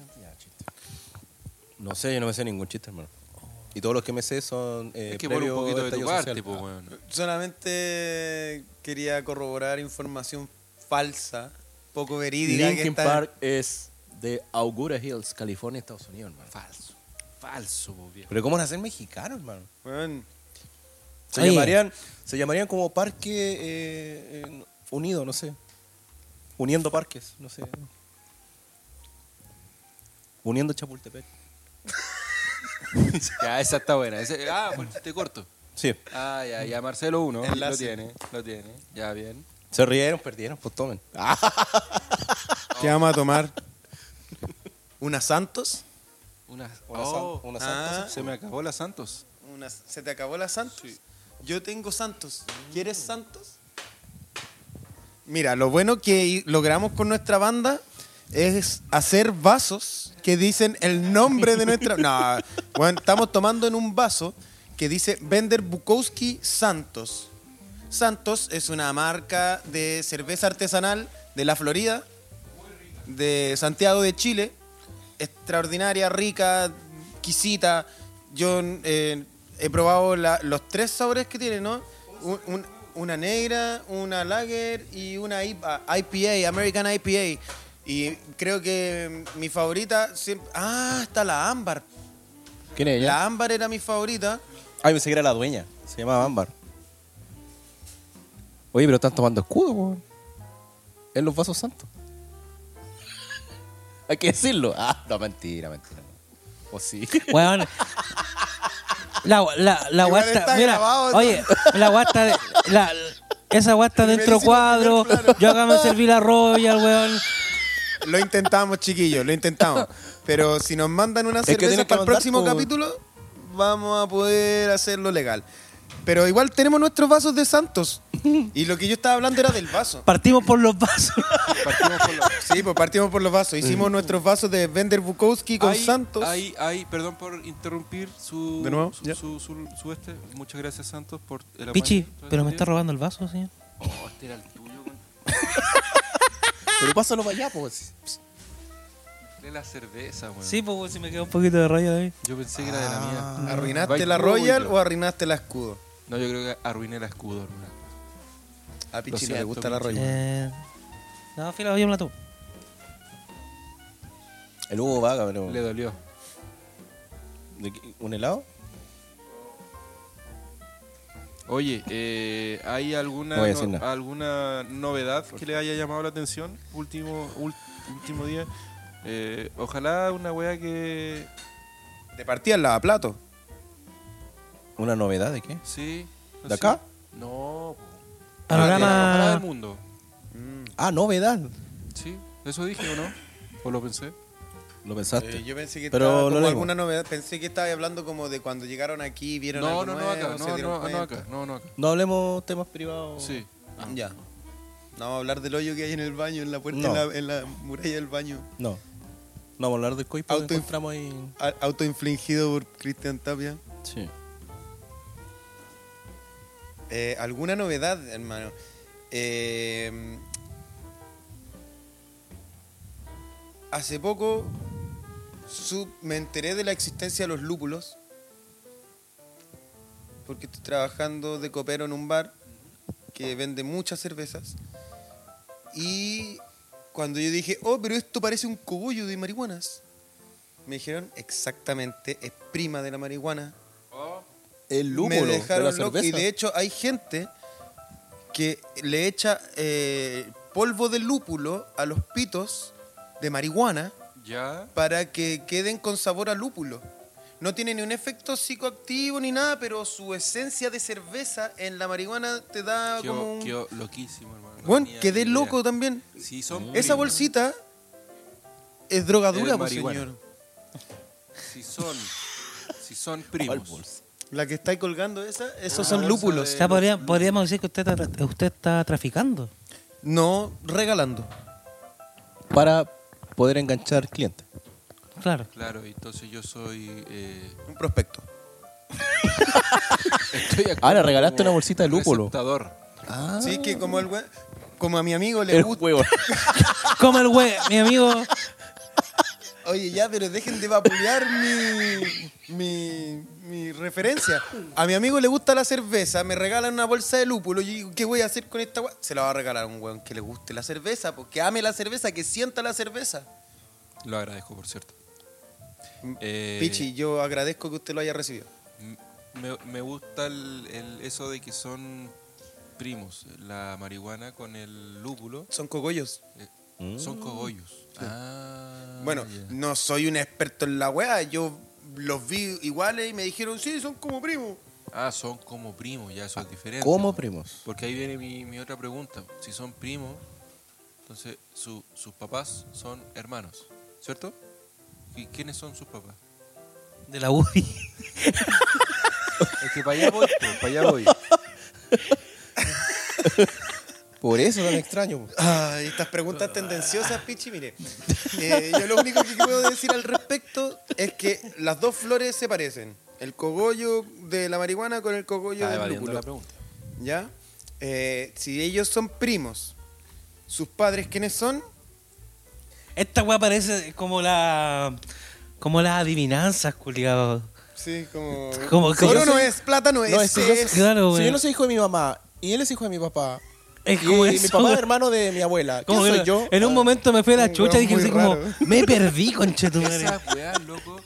Speaker 3: No sé, yo no me sé ningún chiste, hermano. Y todos los que me sé son eh,
Speaker 4: es que por un
Speaker 3: previo
Speaker 4: poquito de
Speaker 3: estallido
Speaker 4: tu parte,
Speaker 3: social.
Speaker 4: pues,
Speaker 3: Ah.
Speaker 4: weón.
Speaker 2: Solamente quería corroborar información falsa, poco verídica. que
Speaker 3: Linkin
Speaker 2: está-
Speaker 3: Park es de Augura Hills, California, Estados Unidos, hermano.
Speaker 4: Falso. Falso, po, viejo.
Speaker 3: Pero ¿cómo nacer mexicano, hermano?
Speaker 2: Weón,
Speaker 3: Se
Speaker 5: Oye.
Speaker 3: llamarían, se llamarían como Parque eh, eh, Unido, no sé. Uniendo parques, no sé. Uniendo Chapultepec.
Speaker 4: Ya, esa está buena. Ese- ah, pues te corto.
Speaker 3: Sí.
Speaker 4: Ah, ya, ya, Marcelo uno. Lo
Speaker 2: Enlace.
Speaker 4: tiene, lo tiene. Ya, bien.
Speaker 3: Se rieron, perdieron, pues tomen.
Speaker 2: ¿Qué vamos a tomar? ¿Una Santos?
Speaker 4: Una,
Speaker 3: Una,
Speaker 4: oh,
Speaker 3: san- una
Speaker 2: ah.
Speaker 3: Santos.
Speaker 4: se me acabó la Santos.
Speaker 2: Una- ¿Se te acabó la Santos? Yo tengo Santos. ¿Quieres Santos? Mira, lo bueno que i- logramos con nuestra banda es hacer vasos que dicen el nombre de nuestra... No, bueno, estamos tomando en un vaso que dice Bender Bukowski Santos. Santos es una marca de cerveza artesanal de la Florida, de Santiago de Chile, extraordinaria, rica, quisita. Yo eh, he probado la- los tres sabores que tiene, ¿no? Un- un- una negra, una lager y una IPA, IPA, American IPA. Y creo que mi favorita siempre... Ah, está la ámbar.
Speaker 3: ¿Quién es
Speaker 2: La ámbar era mi favorita.
Speaker 3: Ay, Ah, pensé que era la dueña. Se llamaba Ámbar. Oye, pero están tomando escudo, weón. En los vasos santos. Hay que decirlo. Ah, no, mentira, mentira. O sí.
Speaker 5: Weón. La, la, la
Speaker 2: Igual
Speaker 5: guata.
Speaker 2: está
Speaker 5: mira,
Speaker 2: grabado, ¿no?
Speaker 5: oye, la guata. La, esa guata dentro
Speaker 2: Primerísimo
Speaker 5: cuadro.
Speaker 2: primer plano.
Speaker 5: Yo acá me serví la royal, weón.
Speaker 2: Lo intentamos, chiquillos, lo intentamos. Pero si nos mandan una
Speaker 3: que
Speaker 2: cerveza
Speaker 3: tienen que
Speaker 2: para el
Speaker 3: mandar,
Speaker 2: próximo
Speaker 3: po.
Speaker 2: capítulo, vamos a poder hacerlo legal. Pero igual tenemos nuestros vasos de Santos. Y lo que yo estaba hablando era del vaso.
Speaker 5: Partimos por los vasos.
Speaker 4: Partimos por la...
Speaker 2: Sí, pues partimos por los vasos. Hicimos nuestros vasos de Bender Bukowski con
Speaker 4: Hay-
Speaker 2: Santos.
Speaker 4: hay- hay- perdón por interrumpir su,
Speaker 2: De nuevo,
Speaker 4: su,
Speaker 2: ya.
Speaker 4: su- su- su este. Muchas gracias, Santos, por el aguante
Speaker 5: Pichi,
Speaker 4: todo
Speaker 5: pero me
Speaker 4: este
Speaker 5: está robando el vaso, señor.
Speaker 4: tiempo. Oh, este era el tuyo, güey.
Speaker 3: Pero pásalo para allá, pues.
Speaker 4: Mezclé la cerveza, güey.
Speaker 5: Sí, pues, weón, si me queda un poquito de raya de ahí.
Speaker 4: Yo pensé que era de la mía.
Speaker 2: Ah. ¿Arruinaste
Speaker 4: Vai
Speaker 2: la
Speaker 4: tú,
Speaker 2: Royal
Speaker 4: voy yo.
Speaker 2: o arruinaste la escudo?
Speaker 4: No, yo creo que arruiné la escudo, hermano.
Speaker 2: A
Speaker 4: Lo
Speaker 2: Pichi
Speaker 4: siento,
Speaker 2: le gusta la
Speaker 4: Pichi.
Speaker 2: Royal.
Speaker 5: Eh, no, fila, yo me la tomo.
Speaker 3: El Hugo vaga, pero.
Speaker 4: Le dolió.
Speaker 3: ¿De qué? ¿Un helado?
Speaker 4: Oye, eh, ¿hay alguna,
Speaker 3: No voy a decir
Speaker 4: no-
Speaker 3: nada.
Speaker 4: alguna novedad que le haya llamado la atención último, ul- último día? Eh, ojalá una wea que...
Speaker 2: Te partía el lavaplato.
Speaker 3: ¿Una novedad de qué?
Speaker 4: Sí. no
Speaker 3: ¿De
Speaker 4: sé.
Speaker 3: acá?
Speaker 4: No. po.
Speaker 5: Panorama-
Speaker 4: Ojalá del mundo.
Speaker 3: Ah, novedad.
Speaker 4: Sí, eso dije o no. O lo pensé.
Speaker 3: Lo pensaste.
Speaker 2: Eh, yo pensé que
Speaker 3: Pero
Speaker 2: estaba
Speaker 3: lo
Speaker 2: como
Speaker 3: leemos.
Speaker 2: alguna novedad. Pensé que estaba hablando como de cuando llegaron aquí y vieron
Speaker 4: No,
Speaker 2: algo
Speaker 4: no, no
Speaker 2: nuevo,
Speaker 4: acá.
Speaker 2: se
Speaker 4: No,
Speaker 2: dieron
Speaker 4: no, no
Speaker 2: cuenta.
Speaker 4: acá. No, no acá.
Speaker 3: No hablemos temas privados.
Speaker 4: Sí.
Speaker 2: Ya. No vamos a hablar del hoyo que hay en el baño, en la puerta, en,
Speaker 3: No.
Speaker 2: la, en la muralla del baño.
Speaker 3: No. No, vamos a hablar del coipo
Speaker 2: Autoinf-
Speaker 3: que encontramos ahí.
Speaker 2: A- Autoinfligido por Cristian Tapia.
Speaker 3: Sí.
Speaker 2: Eh, ¿Alguna novedad, hermano? Eh, hace poco su- me enteré de la existencia de los lúpulos. Porque estoy trabajando de copero en un bar que vende muchas cervezas. Y cuando yo dije, oh, pero esto parece un cogollo de marihuanas, me dijeron, exactamente, es prima de la marihuana Oh.
Speaker 3: El
Speaker 2: me
Speaker 3: lúpulo de la
Speaker 2: dejaron loco.
Speaker 3: cerveza.
Speaker 2: Y de hecho hay gente que le echa eh, polvo de lúpulo a los pitos de marihuana
Speaker 4: Ya.
Speaker 2: para que queden con sabor a lúpulo. No tiene ni un efecto psicoactivo ni nada, pero su esencia de cerveza en la marihuana te da Ah, como
Speaker 4: Quedó,
Speaker 2: un...
Speaker 4: quedó loquísimo, hermano. No
Speaker 2: bueno,
Speaker 4: tenía
Speaker 2: quedé
Speaker 4: ni idea.
Speaker 2: loco también.
Speaker 4: Sí, son
Speaker 2: Esa
Speaker 4: primas.
Speaker 2: bolsita es
Speaker 4: Eres
Speaker 2: drogadura, pues,
Speaker 4: marihuana.
Speaker 2: señor.
Speaker 4: Si son, si son primos.
Speaker 2: La que estáis colgando esa, esos
Speaker 4: Una
Speaker 2: son
Speaker 4: bolsa
Speaker 2: lúpulos.
Speaker 5: O sea, podría- podríamos decir que usted está, usted está traficando.
Speaker 2: No regalando.
Speaker 3: Para poder enganchar clientes.
Speaker 5: Claro.
Speaker 4: Claro, entonces yo soy. eh,
Speaker 2: Un prospecto.
Speaker 4: estoy actuando
Speaker 3: Ahora Ah, regalaste una
Speaker 4: como
Speaker 3: bolsita de lúpulo.
Speaker 4: receptador.
Speaker 3: Ah,
Speaker 2: Sí, que como el we- como a mi amigo le
Speaker 3: el
Speaker 2: gusta.
Speaker 3: huevo.
Speaker 5: Como el güey, mi amigo.
Speaker 2: Oye, ya, pero dejen de vapulear mi, mi, mi referencia. A mi amigo le gusta la cerveza, me regalan una bolsa de lúpulo. Yo digo, ¿qué voy a hacer con esta weá? Se la va a regalar a un weón que le guste la cerveza, porque ame la cerveza, que sienta la cerveza.
Speaker 4: Lo agradezco, por cierto. Eh,
Speaker 2: Pichi, yo agradezco que usted lo haya recibido.
Speaker 4: m- Me, me gusta el, el- eso de que son primos, la marihuana con el lúpulo.
Speaker 2: Son cogollos.
Speaker 4: eh,
Speaker 3: Mm.
Speaker 4: Son cogollos. Ah,
Speaker 2: Bueno,
Speaker 4: ya.
Speaker 2: no soy un experto en la weá. Yo los vi iguales y me dijeron, sí, son como primos.
Speaker 4: Ah, son como primos, ya eso es diferente.
Speaker 3: ¿Cómo primos?
Speaker 4: Porque ahí viene mi, mi otra pregunta. Si son primos, entonces su- sus papás son hermanos, ¿cierto? ¿Y quiénes son sus papás?
Speaker 5: De la UBI.
Speaker 4: Es que para allá voy, pues, para allá voy.
Speaker 3: Por eso tan extraño. po.
Speaker 2: Ay, estas preguntas tendenciosas, Pichi, mire. eh, yo lo único que puedo decir al respecto es que las dos flores se parecen. El cogollo de la marihuana con el cogollo
Speaker 4: Está
Speaker 2: del
Speaker 4: evadiendo la
Speaker 2: lúpulo.
Speaker 4: pregunta.
Speaker 2: ¿Ya? Eh, si ellos son primos, ¿sus padres quiénes son?
Speaker 5: Esta weá parece como la. Como las adivinanzas, culiado.
Speaker 2: Sí, como...
Speaker 5: Como- como-
Speaker 2: Oro no es, plata no es.
Speaker 3: No, es que yo-
Speaker 2: es-
Speaker 5: Claro,
Speaker 3: si
Speaker 5: güey.
Speaker 3: yo no soy hijo de mi mamá y él es hijo de mi papá.
Speaker 5: Es
Speaker 3: y
Speaker 5: como
Speaker 3: mi
Speaker 5: eso,
Speaker 3: papá
Speaker 5: güey.
Speaker 3: es hermano de mi abuela. ¿Quién
Speaker 5: Como que
Speaker 3: soy
Speaker 5: no-
Speaker 3: yo?
Speaker 5: En un momento me fue la
Speaker 2: un
Speaker 5: chucha y dije
Speaker 2: weón
Speaker 5: así
Speaker 2: muy
Speaker 5: como,
Speaker 2: raro.
Speaker 5: me perdí, concha tu madre.
Speaker 4: Esas weas, loco.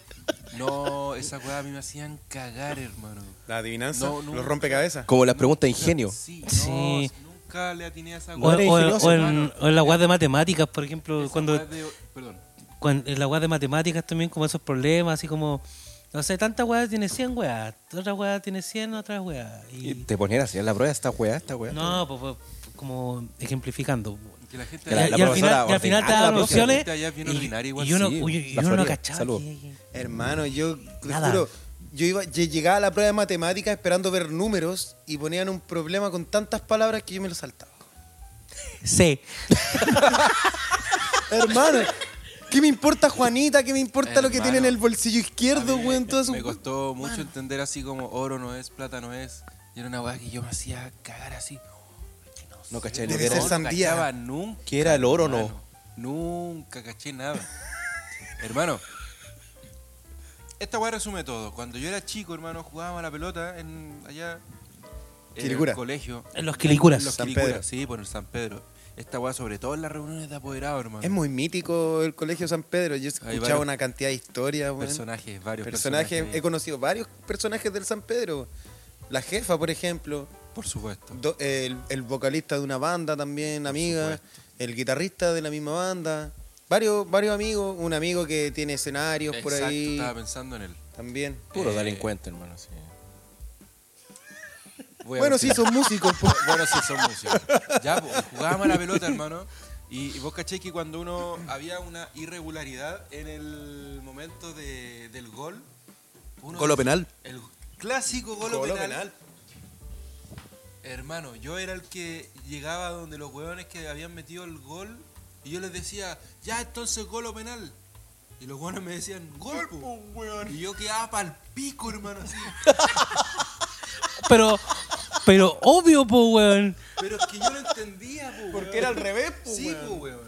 Speaker 4: No, esas weas a mí me hacían cagar, hermano.
Speaker 2: La adivinanza,
Speaker 4: No, no.
Speaker 2: los rompecabezas.
Speaker 3: Como las preguntas de ingenio.
Speaker 4: Sí,
Speaker 5: Sí.
Speaker 4: no, nunca le atiné a esa
Speaker 5: O,
Speaker 4: wea.
Speaker 3: Madre
Speaker 5: o-
Speaker 3: ingeniosa,
Speaker 5: o en,
Speaker 4: hermano.
Speaker 5: o en la weá de matemáticas, por ejemplo,
Speaker 4: Esa
Speaker 5: cuando,
Speaker 4: wea de- Perdón.
Speaker 5: cuan- en la weá de matemáticas también, como esos problemas, así como, no sé, tanta weá tiene 100 weá, otra weá tiene 100, otra weá.
Speaker 3: Y
Speaker 5: Y,
Speaker 3: te ponían así en la prueba esta weá, esta weá.
Speaker 5: no, pues, pues, como ejemplificando.
Speaker 4: Que la gente.
Speaker 5: Y-
Speaker 3: Que la-
Speaker 5: y,
Speaker 3: la
Speaker 5: al final, y
Speaker 3: profesora
Speaker 5: al final te
Speaker 3: ordinaria, Ah,
Speaker 5: daban
Speaker 3: la profe.
Speaker 5: opciones
Speaker 4: Ahorita ya es bien
Speaker 5: y,
Speaker 4: ordinaria igual,
Speaker 5: y uno,
Speaker 3: sí,
Speaker 5: y- y
Speaker 3: la
Speaker 5: uno no
Speaker 3: Florida.
Speaker 5: cachaba.
Speaker 3: Salud.
Speaker 5: que- que-
Speaker 2: Hermano, yo te
Speaker 5: Nada.
Speaker 2: juro, yo iba, yo llegaba a la prueba de matemáticas esperando ver números y ponían un problema con tantas palabras que yo me lo saltaba.
Speaker 5: Sí.
Speaker 2: Hermano, ¿qué me importa Juanita? ¿Qué me importa lo que
Speaker 4: Hermano.
Speaker 2: tiene en el bolsillo izquierdo,
Speaker 4: A mí
Speaker 2: weón? Todo eso.
Speaker 4: Me costó mucho entender así como oro no es, plata no es. Y era una weá que yo me hacía cagar así. Es que No,
Speaker 3: No
Speaker 4: sé,
Speaker 3: caché ni
Speaker 4: weón,
Speaker 3: qué era.
Speaker 4: no
Speaker 2: Sandía.
Speaker 4: cachaba nunca.
Speaker 3: ¿Qué era el oro o no?
Speaker 4: hermano. Nunca caché nada. hermano, esta weá resume todo. Cuando yo era chico, hermano, jugábamos a la pelota en allá en
Speaker 2: Quilicura.
Speaker 4: el colegio.
Speaker 5: En los Quilicuras.
Speaker 4: En los
Speaker 2: San
Speaker 4: Quilicura,
Speaker 2: Pedro.
Speaker 4: sí, por el San Pedro. Esta weá, sobre todo en las reuniones de apoderados, hermano.
Speaker 2: Es muy mítico el Colegio San Pedro. Yo he escuchado
Speaker 4: varios
Speaker 2: una cantidad de historias, weón.
Speaker 4: personajes, varios
Speaker 2: Personajes,
Speaker 4: personajes.
Speaker 2: He conocido varios personajes del San Pedro. La jefa, por ejemplo.
Speaker 4: Por supuesto.
Speaker 2: Do- el, el vocalista de una banda también, amiga. El guitarrista de la misma banda. Varios, varios amigos. Un amigo que tiene escenarios por
Speaker 4: Exacto,
Speaker 2: ahí.
Speaker 4: estaba pensando en él.
Speaker 2: También.
Speaker 3: Puro delincuente, hermano. sí.
Speaker 4: Voy a
Speaker 2: Bueno, sí,
Speaker 4: decir-
Speaker 2: son músicos. po.
Speaker 4: Bueno, sí, son músicos. Ya, pues, jugábamos a la pelota, hermano. Y, y vos caché que cuando uno había una irregularidad en el momento de- del gol. uno-
Speaker 3: Golo penal.
Speaker 4: El clásico gol
Speaker 2: Golo
Speaker 4: penal.
Speaker 2: penal.
Speaker 4: Hermano, yo era el que llegaba donde los hueones que habían metido el gol y yo les decía, ya entonces gol o penal. Y los hueones me decían, gol, po". Y yo quedaba pa'l pico, hermano, así.
Speaker 5: Pero, pero obvio, po, weón.
Speaker 4: Pero es que yo no entendía, po, weón.
Speaker 2: Porque era al revés, po,
Speaker 4: Sí, po, weón.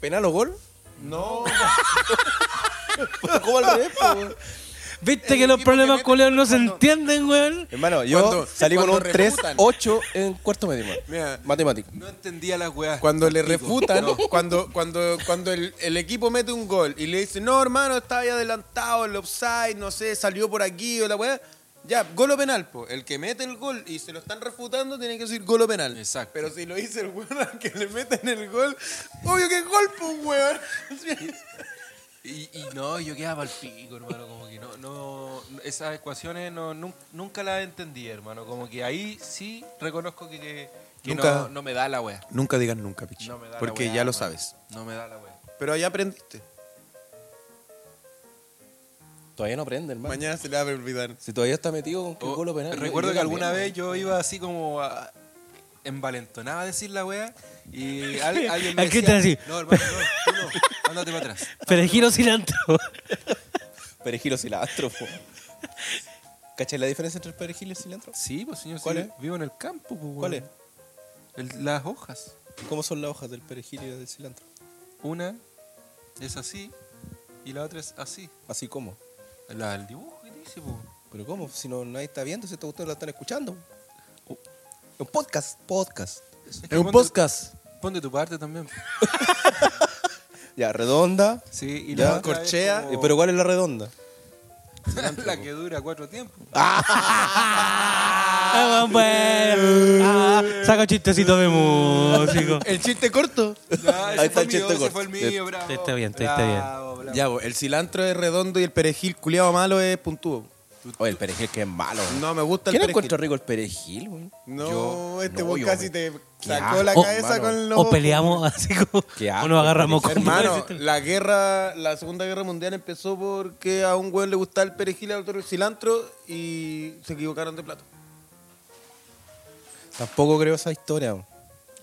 Speaker 3: ¿Penal o gol?
Speaker 2: No,
Speaker 3: ¿Cómo al revés, po, weón?
Speaker 5: Viste
Speaker 4: Eh,
Speaker 5: que los problemas culeros no se entienden, weón.
Speaker 3: Hermano, yo
Speaker 2: Cuando-
Speaker 3: salí con un
Speaker 2: cuando refutan.
Speaker 3: 3-8 en cuarto medio. hermano.
Speaker 2: Mira.
Speaker 3: Matemática.
Speaker 4: No entendía las weas.
Speaker 2: Cuando le
Speaker 4: Digo,
Speaker 2: refutan,
Speaker 4: no.
Speaker 2: cuando, cuando, cuando el, el equipo mete un gol y le dice, no, hermano, estaba ahí adelantado, el offside, no sé, salió por aquí o la weá. Ya, gol o penal, po. El que mete el gol y se lo están refutando tiene que decir gol o penal.
Speaker 4: Exacto.
Speaker 2: Pero si lo dice el weón al que le meten el gol, obvio que es gol, po, weón.
Speaker 4: Y, y no, yo quedaba al pico, hermano, como que no, no, esas ecuaciones no, nun- nunca las entendí, hermano, como que ahí sí reconozco que, que, que
Speaker 2: Nunca-
Speaker 4: no, no me da la wea.
Speaker 2: Nunca digas nunca, pichi.
Speaker 4: No me da la
Speaker 2: porque
Speaker 4: wea,
Speaker 2: ya lo
Speaker 4: hermano.
Speaker 2: sabes.
Speaker 4: No me da la wea.
Speaker 2: Pero ahí aprendiste.
Speaker 3: Todavía no aprende, hermano.
Speaker 2: Mañana se le va a olvidar.
Speaker 3: Si todavía está metido con que el
Speaker 4: O-
Speaker 3: gol o penal.
Speaker 4: Oh, recuerdo
Speaker 3: yo
Speaker 4: que alguna
Speaker 3: también,
Speaker 4: vez yo iba así como a, envalentonaba a decir la wea y al- alguien me
Speaker 5: ¿A qué
Speaker 4: decía,
Speaker 5: te así?
Speaker 4: no, hermano, no, tú no, ándate para atrás.
Speaker 5: Perejil o cilantro.
Speaker 3: weón. Perejil o cilantro, po. ¿Cachai la diferencia entre el perejil y el cilantro?
Speaker 4: Sí, pues señor,
Speaker 3: ¿Cuál
Speaker 4: sí,
Speaker 3: es?
Speaker 4: vivo en el campo. Pues,
Speaker 3: ¿Cuál es?
Speaker 4: weón. El- las hojas.
Speaker 3: ¿Cómo son las hojas del perejil y del cilantro?
Speaker 4: Una es así y la otra es así.
Speaker 3: Así como.
Speaker 4: La del dibujo que te hice, pues. po.
Speaker 3: ¿Pero cómo? Si no, nadie está viendo, si esta cuestión la están escuchando. Uh, Un podcast, podcast. Es un podcast.
Speaker 4: Pon de tu parte también.
Speaker 3: Ya, redonda.
Speaker 4: Sí, y
Speaker 3: Ya.
Speaker 4: la otra es
Speaker 2: Corchea.
Speaker 4: como-
Speaker 3: Eh, Pero ¿cuál es la redonda?
Speaker 4: la que dura cuatro tiempos.
Speaker 5: Ah, weón, bueno. Ah, saco chistecito de músico.
Speaker 2: El chiste corto.
Speaker 4: Ya, ese
Speaker 3: Ahí está
Speaker 4: fue
Speaker 3: el
Speaker 4: el
Speaker 3: chiste
Speaker 4: mío, ese
Speaker 3: corto.
Speaker 4: fue el mío, bravo.
Speaker 5: Está bien, está bien.
Speaker 4: Bravo, bravo.
Speaker 2: Ya, bo, el cilantro es redondo y el perejil culiado malo es puntúo.
Speaker 3: Oye, el perejil que es malo. güey.
Speaker 2: No me gusta el
Speaker 3: ¿Quién
Speaker 2: perejil.
Speaker 3: encuentra rico el perejil, güey?
Speaker 2: No,
Speaker 3: Yo-
Speaker 2: este
Speaker 3: no,
Speaker 2: vos
Speaker 3: yo
Speaker 2: casi
Speaker 3: me-
Speaker 2: te
Speaker 3: Qué
Speaker 2: sacó la
Speaker 3: asco,
Speaker 2: cabeza
Speaker 3: hermano.
Speaker 2: con los.
Speaker 5: O peleamos así como.
Speaker 3: Qué
Speaker 5: O
Speaker 3: asco,
Speaker 5: nos agarramos con.
Speaker 2: Hermano, la guerra, la Segunda Guerra Mundial empezó porque a un güey le gustaba el perejil, al otro el cilantro y se equivocaron de plato.
Speaker 3: Tampoco creo esa historia, güey.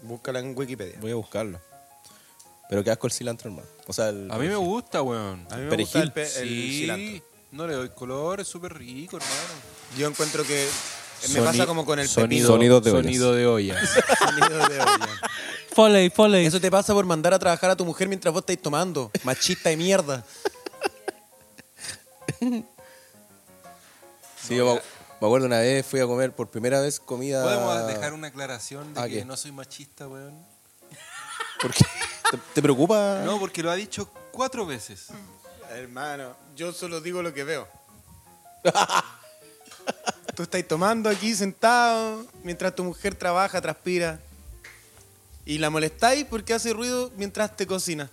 Speaker 2: Búscala en Wikipedia.
Speaker 3: voy a buscarlo. Pero qué asco el cilantro, hermano. O sea, el
Speaker 4: A mí me gusta, weón.
Speaker 2: A mí me
Speaker 3: Perejil.
Speaker 2: gusta el, pe- el
Speaker 4: Sí,
Speaker 2: cilantro.
Speaker 4: no le doy color, es súper rico, hermano.
Speaker 2: Yo encuentro que me
Speaker 3: Soni-
Speaker 2: pasa como con el
Speaker 3: sonido-
Speaker 2: pepino.
Speaker 3: sonido de ollas.
Speaker 4: Sonido de olla.
Speaker 2: Sonido de olla.
Speaker 5: Foley, foley.
Speaker 2: Eso te pasa por mandar a trabajar a tu mujer mientras vos estáis tomando. Machista de mierda.
Speaker 3: Sí, yo me- me acuerdo una vez fui a comer por primera vez comida.
Speaker 4: Podemos dejar una aclaración de
Speaker 3: Ah. ¿A
Speaker 4: que
Speaker 3: qué?
Speaker 4: no soy machista, weón.
Speaker 3: ¿Por qué? ¿Te, te preocupa?
Speaker 4: No, porque lo ha dicho cuatro veces.
Speaker 2: Hermano, yo solo digo lo que veo. Tú estás tomando aquí sentado mientras tu mujer trabaja, transpira. Y la molestáis porque hace ruido mientras te cocina.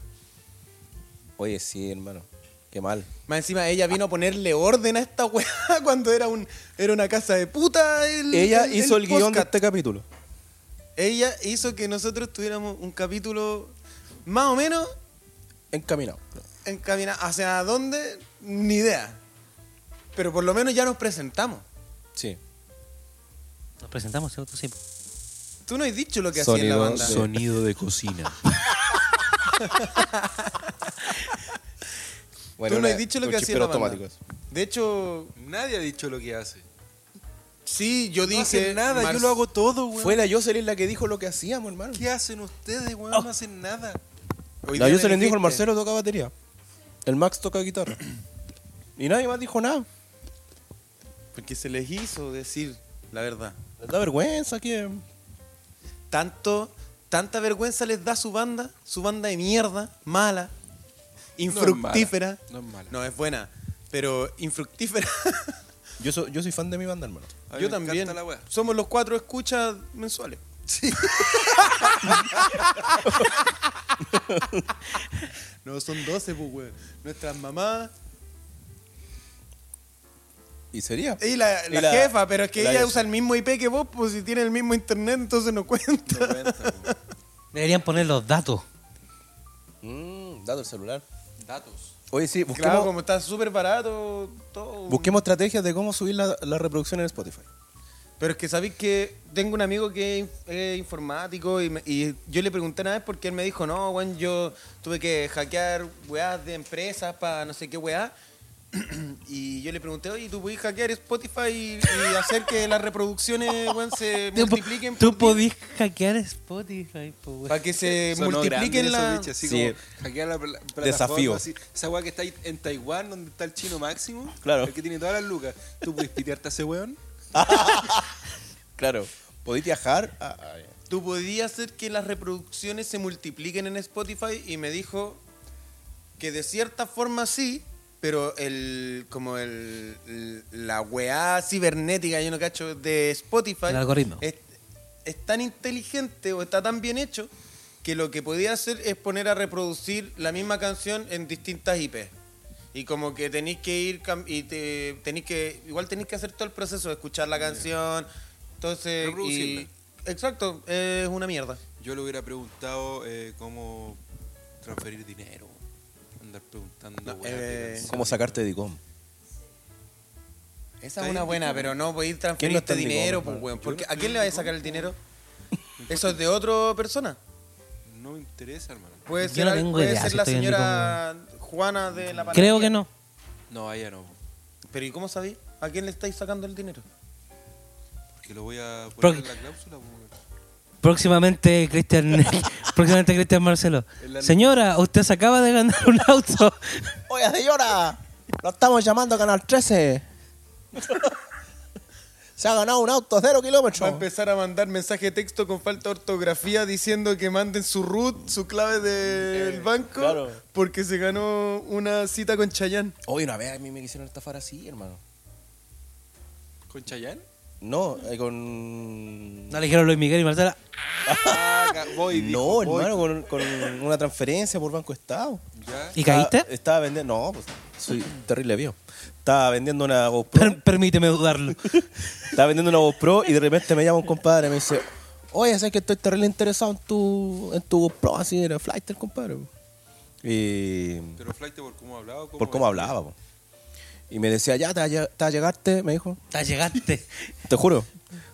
Speaker 3: Oye, sí, hermano. Qué mal.
Speaker 2: Más encima, ella vino a ponerle orden a esta weá cuando era, un, era una casa de puta. Mm, el-
Speaker 3: Ella hizo el, guión de
Speaker 2: podcast.
Speaker 3: este capítulo.
Speaker 2: Ella hizo que nosotros tuviéramos un capítulo más o menos
Speaker 3: Encaminado.
Speaker 2: encaminado. ¿Hacia dónde? Ni idea. Pero por lo menos ya nos presentamos.
Speaker 3: Sí.
Speaker 5: Nos presentamos, ¿cierto? Sí.
Speaker 2: Tú no has dicho lo que hacía en la
Speaker 3: Sonido,
Speaker 2: banda.
Speaker 3: sonido de cocina.
Speaker 2: Tú no has dicho lo que hacía en la banda.
Speaker 3: automáticos.
Speaker 2: De hecho,
Speaker 4: Nadie ha dicho lo que hace.
Speaker 2: sí, yo
Speaker 4: No
Speaker 2: dije...
Speaker 4: hacen nada,
Speaker 2: Mar-
Speaker 4: yo lo hago todo, weón.
Speaker 3: Fue la Jocelyn la que dijo lo que hacíamos, hermano.
Speaker 4: ¿Qué hacen ustedes,
Speaker 3: Oh.
Speaker 4: weón? No hacen nada.
Speaker 2: Hoy
Speaker 3: la
Speaker 2: día me
Speaker 3: Jocelyn dijo,
Speaker 2: dijiste,
Speaker 3: el Marcelo toca batería. El Max toca guitarra. Y nadie más dijo nada.
Speaker 2: Porque se les hizo decir la verdad.
Speaker 3: Les da vergüenza que...
Speaker 2: Tanto, tanta vergüenza les da su banda, su banda de mierda, mala, infructífera.
Speaker 4: No es mala.
Speaker 2: No, es buena, pero infructífera.
Speaker 3: Yo, so- yo soy fan de mi banda, hermano.
Speaker 4: A mí
Speaker 2: yo
Speaker 4: me encanta
Speaker 2: también.
Speaker 4: la wea.
Speaker 2: Somos los cuatro escuchas mensuales. no, son 12, pues, weón. Nuestras mamás.
Speaker 3: Y sería.
Speaker 2: Y la, la
Speaker 3: Y la-
Speaker 2: jefa, pero es que
Speaker 3: la
Speaker 2: ella
Speaker 3: jefa.
Speaker 2: usa el mismo IP que vos, pues si tiene el mismo internet, entonces no cuenta.
Speaker 4: No cuenta, weón.
Speaker 5: Deberían poner los datos.
Speaker 3: Mm, dado el celular.
Speaker 4: Datos.
Speaker 3: Oye, sí, busquemos,
Speaker 2: Claro, como está súper barato, todo.
Speaker 3: busquemos estrategias de cómo subir la, la reproducción en Spotify.
Speaker 2: Pero es que sabéis que tengo un amigo que es inf- es informático y, me- y yo le pregunté una vez porque él me dijo, no, weón, yo tuve que hackear weas de empresas para no sé qué weá. y yo le pregunté, oye, ¿tú podís hackear Spotify y, y hacer que las reproducciones, weón, se
Speaker 5: Tú, po-
Speaker 2: multipliquen?
Speaker 5: tú podís hackear Spotify, po, weón.
Speaker 2: Para que se
Speaker 4: Sonó grande
Speaker 2: multipliquen
Speaker 4: eso,
Speaker 2: las...
Speaker 4: bicho, así
Speaker 3: Sí.
Speaker 4: como hackear la pla- plataforma,
Speaker 3: Desafío.
Speaker 4: así. Esa weá que está ahí en Taiwán, donde está el chino máximo.
Speaker 3: Claro.
Speaker 4: El que tiene todas las lucas. ¿Tú puedes pitearte a ese weón?
Speaker 3: Claro. ¿Podéis viajar? Ah, ah, ya.
Speaker 2: ¿Tú podías hacer que las reproducciones se multipliquen en Spotify? Y me dijo que de cierta forma sí, pero el como el, el- la weá cibernética, yo no cacho, de Spotify
Speaker 5: El algoritmo.
Speaker 2: Es, es tan inteligente o está tan bien hecho que lo que podía hacer es poner a reproducir la misma canción en distintas IP. Y como que tenéis que ir cam- y te, tenéis que igual tenéis que hacer todo el proceso de escuchar la canción. Entonces,
Speaker 4: Reproducirla.
Speaker 2: y- exacto, es una mierda.
Speaker 4: Yo le hubiera preguntado eh, cómo transferir dinero. Andar preguntando. weá de
Speaker 2: eh,
Speaker 4: canciones.
Speaker 3: ¿Cómo sacarte de Dicom?
Speaker 2: Esa es una buena, pero no podéis
Speaker 3: ¿Quién no
Speaker 2: transferirte
Speaker 3: está en Licor,
Speaker 2: dinero,
Speaker 3: hermano?
Speaker 2: pues, weón. Porque ¿a quién le vais a sacar el dinero? Eso es de otra persona.
Speaker 4: No me interesa, hermano.
Speaker 2: Puede
Speaker 5: Yo
Speaker 2: ser,
Speaker 5: no
Speaker 2: al-
Speaker 5: tengo
Speaker 2: puede
Speaker 5: idea
Speaker 2: ser
Speaker 5: si
Speaker 2: la
Speaker 5: estoy en Licor,
Speaker 2: señora Juana de la panadería.
Speaker 5: Creo que no.
Speaker 4: No, allá no.
Speaker 2: Pero ¿y cómo sabéis? ¿A quién le estáis sacando el dinero?
Speaker 4: Porque lo voy a poner
Speaker 5: Pero-
Speaker 4: en la cláusula. po, weón.
Speaker 5: Próximamente Cristian, próximamente Cristian Marcelo.
Speaker 4: El an-
Speaker 5: Señora, usted se acaba de ganar un auto.
Speaker 3: Oye, señora, lo estamos llamando a Canal 13. Se ha ganado un auto a cero
Speaker 2: Va a
Speaker 3: kilómetros.
Speaker 2: empezar a mandar mensaje de texto con falta de ortografía diciendo que manden su root, su clave del banco,
Speaker 3: claro.
Speaker 2: porque se ganó una cita con Chayán.
Speaker 3: Hoy una vez a mí me quisieron estafar así, hermano.
Speaker 4: ¿Con Chayán?
Speaker 3: No, eh, con...
Speaker 5: No le dijeron Luis Miguel y Marcela.
Speaker 4: voy,
Speaker 3: No,
Speaker 4: dijo, voy.
Speaker 3: hermano, con, con una transferencia por Banco Estado.
Speaker 4: Ya.
Speaker 5: ¿Y caíste?
Speaker 3: Estaba, estaba vendiendo... No, pues soy terrible viejo. Estaba vendiendo una GoPro.
Speaker 5: Per- permíteme dudarlo.
Speaker 3: estaba vendiendo una GoPro y de repente me llama un compadre y me dice... Oye, sé que estoy terrible interesado en tu, en tu GoPro. Así era flight el compadre. po. Y...
Speaker 4: Pero Flight, por cómo hablaba.
Speaker 3: por cómo hablaba. po. Y me decía, ya, te va a lle- te va a llegarte, me dijo.
Speaker 5: Ya llegaste.
Speaker 3: Te juro.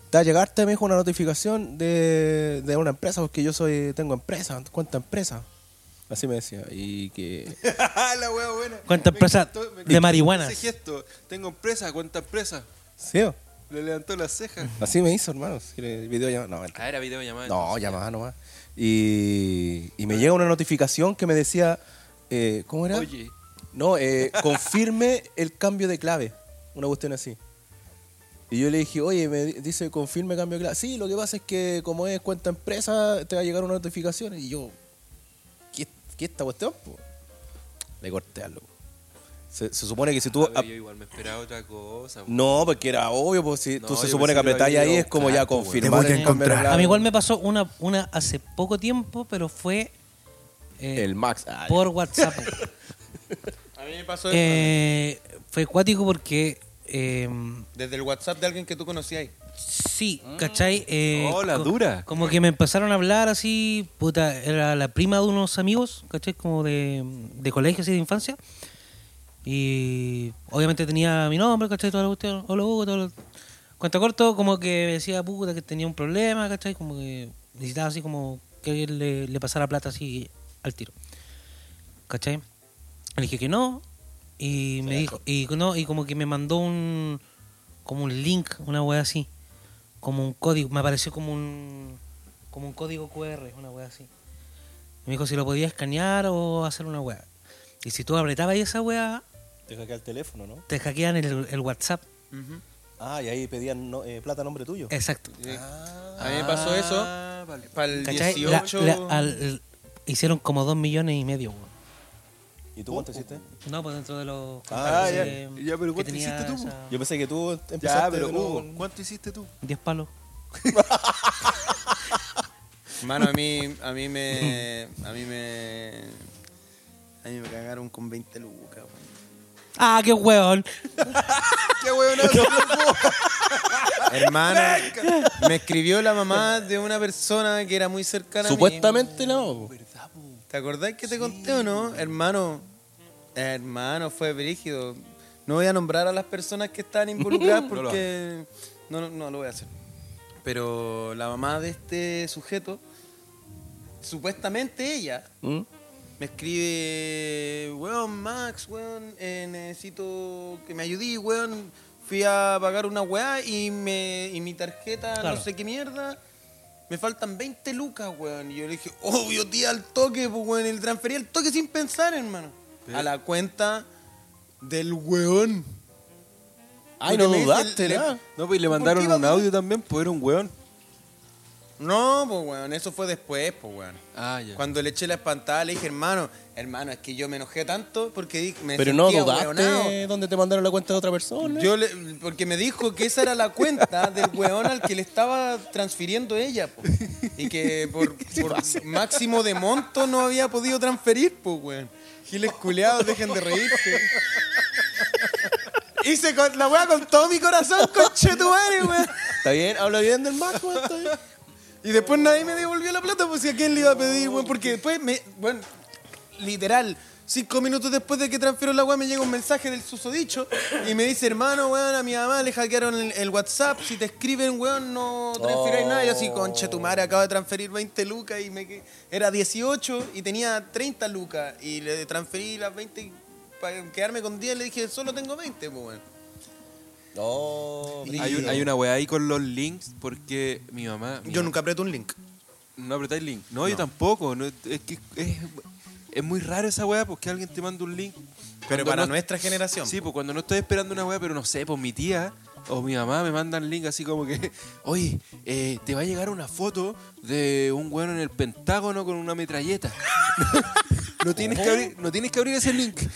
Speaker 3: Te va a llegarte, me dijo, una notificación de, de una empresa, porque yo soy tengo empresa. ¿Cuánta empresa? Así me decía. Y que...
Speaker 4: Ah, la wea buena.
Speaker 5: ¿Cuántas
Speaker 4: Me
Speaker 5: empresas
Speaker 4: encantó, me
Speaker 5: de
Speaker 4: encantó
Speaker 5: marihuanas?
Speaker 4: Ese gesto. Tengo empresa, ¿cuántas empresas?
Speaker 3: Sí, o?
Speaker 4: Le levantó las cejas.
Speaker 3: así me hizo, hermano. Así le- videollamada- No, mentira.
Speaker 4: Ah, era videollamada.
Speaker 3: no llamada nomás. Y, y me llega una notificación que me decía... eh, ¿Cómo era?
Speaker 4: Oye.
Speaker 3: No, eh, confirme el cambio de clave. Una cuestión así. Y yo le dije, oye, me di- dice confirme cambio de clave. Sí, lo que pasa es que como es cuenta empresa, te va a llegar una notificación. Y yo, ¿qué, qué esta cuestión? po? Le corté algo. Se, se supone que si tú...
Speaker 4: Ah, pero
Speaker 3: ap-
Speaker 4: yo igual me esperaba otra cosa. po.
Speaker 3: no, porque era obvio, pues si tú
Speaker 4: No,
Speaker 3: se
Speaker 4: yo
Speaker 3: supone que
Speaker 4: pensé que lo
Speaker 3: apretáis
Speaker 4: había
Speaker 3: ahí
Speaker 4: ido a
Speaker 3: es como
Speaker 4: buscar,
Speaker 3: ya
Speaker 4: po, weón.
Speaker 3: confirmar.
Speaker 2: Te voy a
Speaker 3: el cambio de
Speaker 2: encontrar.
Speaker 3: clave.
Speaker 5: A mí igual me pasó una, una hace poco tiempo, pero fue eh,
Speaker 3: El Max. ah,
Speaker 5: por WhatsApp.
Speaker 2: A mí me pasó
Speaker 5: Eh, fue cuático porque em,
Speaker 2: desde el WhatsApp de alguien que tú conocías.
Speaker 5: Sí, ¿cachai? Eh,
Speaker 4: Oh, la
Speaker 5: co-
Speaker 4: dura.
Speaker 5: Como que me empezaron a hablar así, puta, era la prima de unos amigos, ¿cachai? Como de, de colegio, así de infancia. Y obviamente tenía mi nombre, ¿cachai? Todo lo cuestión, hola Hugo, todo lo... Cuanto corto, como que decía, puta, que tenía un problema, ¿cachai? Como que necesitaba así como que alguien le, le pasara plata así al tiro. ¿Cachai? Le dije que no. Y me dijo, y no, y como que me mandó un como un link, una wea así. Como un código, me apareció como un como un código QR, una wea así. Me dijo si lo podía escanear o hacer una wea. Y si tú apretabas ahí esa wea,
Speaker 3: Te saqué el teléfono, ¿no?
Speaker 5: te hackean el, el WhatsApp.
Speaker 3: Ah, y ahí pedían no- eh, plata a nombre tuyo.
Speaker 5: Exacto.
Speaker 2: A mí me pasó eso
Speaker 4: Ah, vale.
Speaker 2: para el
Speaker 5: ¿Cachai?
Speaker 2: 18.
Speaker 5: La- la- al- hicieron como dos millones y medio, weón.
Speaker 3: ¿Y tú cuánto hiciste?
Speaker 5: No, pues dentro de los
Speaker 3: Ah,
Speaker 5: contactos
Speaker 3: ya.
Speaker 5: que-
Speaker 4: Ya, pero
Speaker 5: que
Speaker 4: ¿cuánto
Speaker 5: tenía
Speaker 4: hiciste tú,
Speaker 5: esa-
Speaker 3: Yo pensé que tú empezaste
Speaker 4: Ya, pero
Speaker 3: de nuevo
Speaker 4: Hugo,
Speaker 3: con-
Speaker 4: ¿cuánto hiciste tú?
Speaker 5: 10 palos.
Speaker 2: Mano, a mí, a mí me. A mí me. A mí me cagaron con 20 lucas, weón.
Speaker 5: Ah, qué weón.
Speaker 4: ¡Qué huevonazo!
Speaker 2: Hermano, me escribió la mamá de una persona que era muy cercana
Speaker 3: Supuestamente no. po.
Speaker 2: a mí. ¿Te acordás que te conté o no? Hermano, hermano, fue brígido. No voy a nombrar a las personas que están involucradas
Speaker 4: No lo
Speaker 2: porque no, no, no lo voy a hacer. Pero la mamá de este sujeto, supuestamente ella,
Speaker 3: ¿Mm?
Speaker 2: me escribe, weón, Max, weón, eh, necesito que me ayudí, weón. Fui a pagar una weá y, me, y mi tarjeta,
Speaker 5: Claro.
Speaker 2: no sé qué mierda. Me faltan 20 lucas, weón. Y yo le dije, obvio, tía, al toque, pues, weón. Y le transferí al toque sin pensar, hermano. A la cuenta del weón.
Speaker 3: Ay,
Speaker 2: Porque
Speaker 3: no
Speaker 2: me dice,
Speaker 3: dudaste,
Speaker 2: le-
Speaker 3: nada.
Speaker 4: No, pues y le
Speaker 2: ¿Por
Speaker 4: mandaron
Speaker 2: qué iba a
Speaker 4: un
Speaker 2: dudar?
Speaker 4: audio también, pues era un hueón.
Speaker 2: No, pues, weón, eso fue después, pues, weón.
Speaker 4: Ah, ya.
Speaker 2: Cuando le eché la espantada, le dije, hermano, hermano, es que yo me enojé tanto porque di- me
Speaker 3: Pero no
Speaker 2: sentía weonao".
Speaker 3: dudaste dónde te mandaron la cuenta de otra persona.
Speaker 2: Yo le- porque me dijo que esa era la cuenta del weón al que le estaba transfiriendo ella, po. y que por, por máximo de monto no había podido transferir, pues, weón. Giles culeados, dejen de reírse. Hice con- la weá con todo mi corazón, conchetumare, weón.
Speaker 3: ¿Está bien? ¿Habla bien del Max? weón? ¿Está bien?
Speaker 2: Y después nadie me devolvió la plata, pues si a quién le iba a pedir, weón, porque después me, bueno, literal, cinco minutos después de que transfiero la weá me llega un mensaje del susodicho y me dice, hermano, weón, a mi mamá le hackearon el, el WhatsApp, si te escriben, weón, no transfiráis nada. Yo así, conche, tu madre acaba de transferir 20 lucas y me que- era 18 y tenía 30 lucas y le transferí las 20 para quedarme con 10, le dije, solo tengo 20, pues, weón.
Speaker 3: No. brillo.
Speaker 4: Hay, un- hay una weá ahí con los links porque mi mamá. mi
Speaker 2: Yo
Speaker 4: mamá-
Speaker 2: nunca aprieto un link.
Speaker 4: No apretáis link. pues, No, yo tampoco. no, es que es, es muy raro esa weá porque alguien te manda un link
Speaker 2: Pero
Speaker 4: Cuando
Speaker 2: para
Speaker 4: no-
Speaker 2: nuestra generación.
Speaker 4: Sí, pues cuando no estoy esperando una weá, pero no sé, pues mi tía o mi mamá me mandan link así como que, oye, eh, te va a llegar una foto de un weón en el Pentágono con una metralleta. no, tienes que abrir, no tienes que abrir ese link.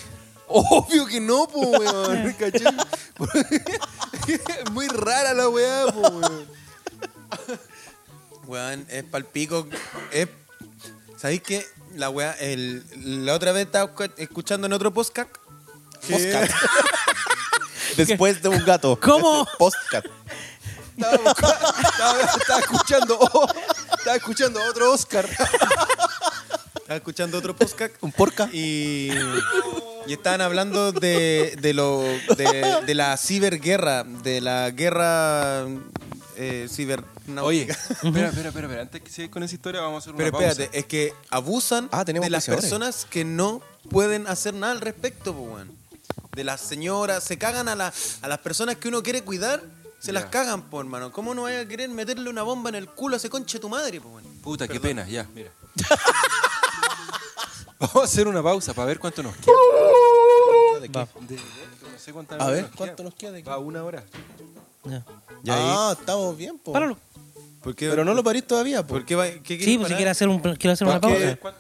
Speaker 4: Obvio que no, po, weón. ¿cachai? Es Muy rara la weá, po, weón.
Speaker 2: Weón, es palpico. Es... ¿Sabéis qué? La weá, el... la otra vez estaba escu- escuchando en otro podcast. que-
Speaker 3: Postcat. Después de un gato.
Speaker 5: ¿Cómo?
Speaker 3: Postcat.
Speaker 4: Estaba, buscando- estaba- estaba escuchando, oh, estaba escuchando a otro Oscar.
Speaker 2: Estaba escuchando otro podcast.
Speaker 3: Un porca.
Speaker 2: Y, y estaban hablando de, de, lo, de, de la ciberguerra, de la guerra eh, ciber...
Speaker 4: Oye, espera, espera, espera, espera. Antes que sigas con esa historia, vamos a hacer una
Speaker 2: Pero
Speaker 4: pausa.
Speaker 2: espérate, es que abusan
Speaker 3: Ah, tenemos
Speaker 2: de las
Speaker 3: auspiciadores.
Speaker 2: personas que no pueden hacer nada al respecto, pues, weón. De las señoras, se cagan a, la- a las personas que uno quiere cuidar, se las
Speaker 4: Ya.
Speaker 2: cagan, pues, hermano. ¿Cómo no vaya a querer meterle una bomba en el culo a ese conche tu madre, pues, weón?
Speaker 4: Puta, qué pena, ya, mira. Vamos a hacer una pausa para ver cuánto nos queda. De- de- no sé cuántas
Speaker 3: A
Speaker 4: horas
Speaker 3: ver,
Speaker 4: nos
Speaker 3: ¿cuánto
Speaker 4: queda.
Speaker 3: nos queda de aquí?
Speaker 4: Va una hora.
Speaker 5: Ya.
Speaker 3: Ah, estamos bien, po.
Speaker 5: Páralo.
Speaker 2: ¿Por qué,
Speaker 3: Pero no lo parís todavía, po.
Speaker 2: ¿por qué va- qué quieres
Speaker 5: Sí, pues si
Speaker 2: parar?
Speaker 5: quiere hacer, un, quiero hacer una
Speaker 3: ¿Para qué?
Speaker 5: pausa.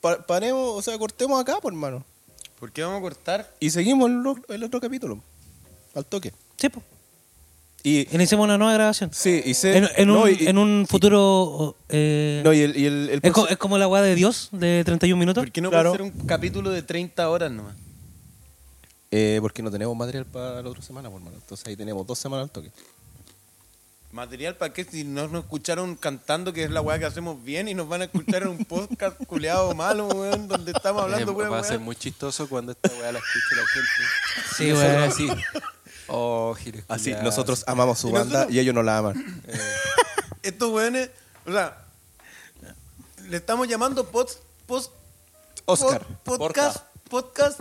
Speaker 3: Pa- paremos, o sea, cortemos acá, po, hermano.
Speaker 2: ¿Por qué vamos a cortar?
Speaker 3: Y seguimos el, lo- el otro capítulo. Al toque.
Speaker 5: Sí, pues.
Speaker 3: Y.
Speaker 5: Iniciamos una nueva grabación.
Speaker 3: Sí, y sé.
Speaker 5: En, en un,
Speaker 3: no, y-
Speaker 5: en un futuro. eh,
Speaker 3: No, y el. y el- el
Speaker 5: es, co-
Speaker 3: proceso-
Speaker 5: es como la weá de Dios de 31 minutos.
Speaker 2: ¿Por qué no
Speaker 3: Claro.
Speaker 2: puede ser un capítulo de 30 horas nomás?
Speaker 3: Eh, porque no tenemos material para la otra semana, por hermano. Entonces ahí tenemos dos semanas al toque.
Speaker 2: Material para qué si no nos escucharon cantando, que es la weá que hacemos bien, y nos van a escuchar en un podcast culeado malo, weón, donde estamos hablando,
Speaker 4: Eh,
Speaker 2: pura
Speaker 4: va a
Speaker 2: weá.
Speaker 4: ser muy chistoso cuando esta weá la escuche la gente. Nosotros
Speaker 5: Sí, weá.
Speaker 4: Así. Oh, gires
Speaker 3: Así,
Speaker 4: culiados.
Speaker 3: Ah, nosotros amamos su banda y ellos no la aman.
Speaker 2: Estos weones, o sea, le estamos llamando post, post,
Speaker 3: Oscar.
Speaker 2: pod- podcast, podcast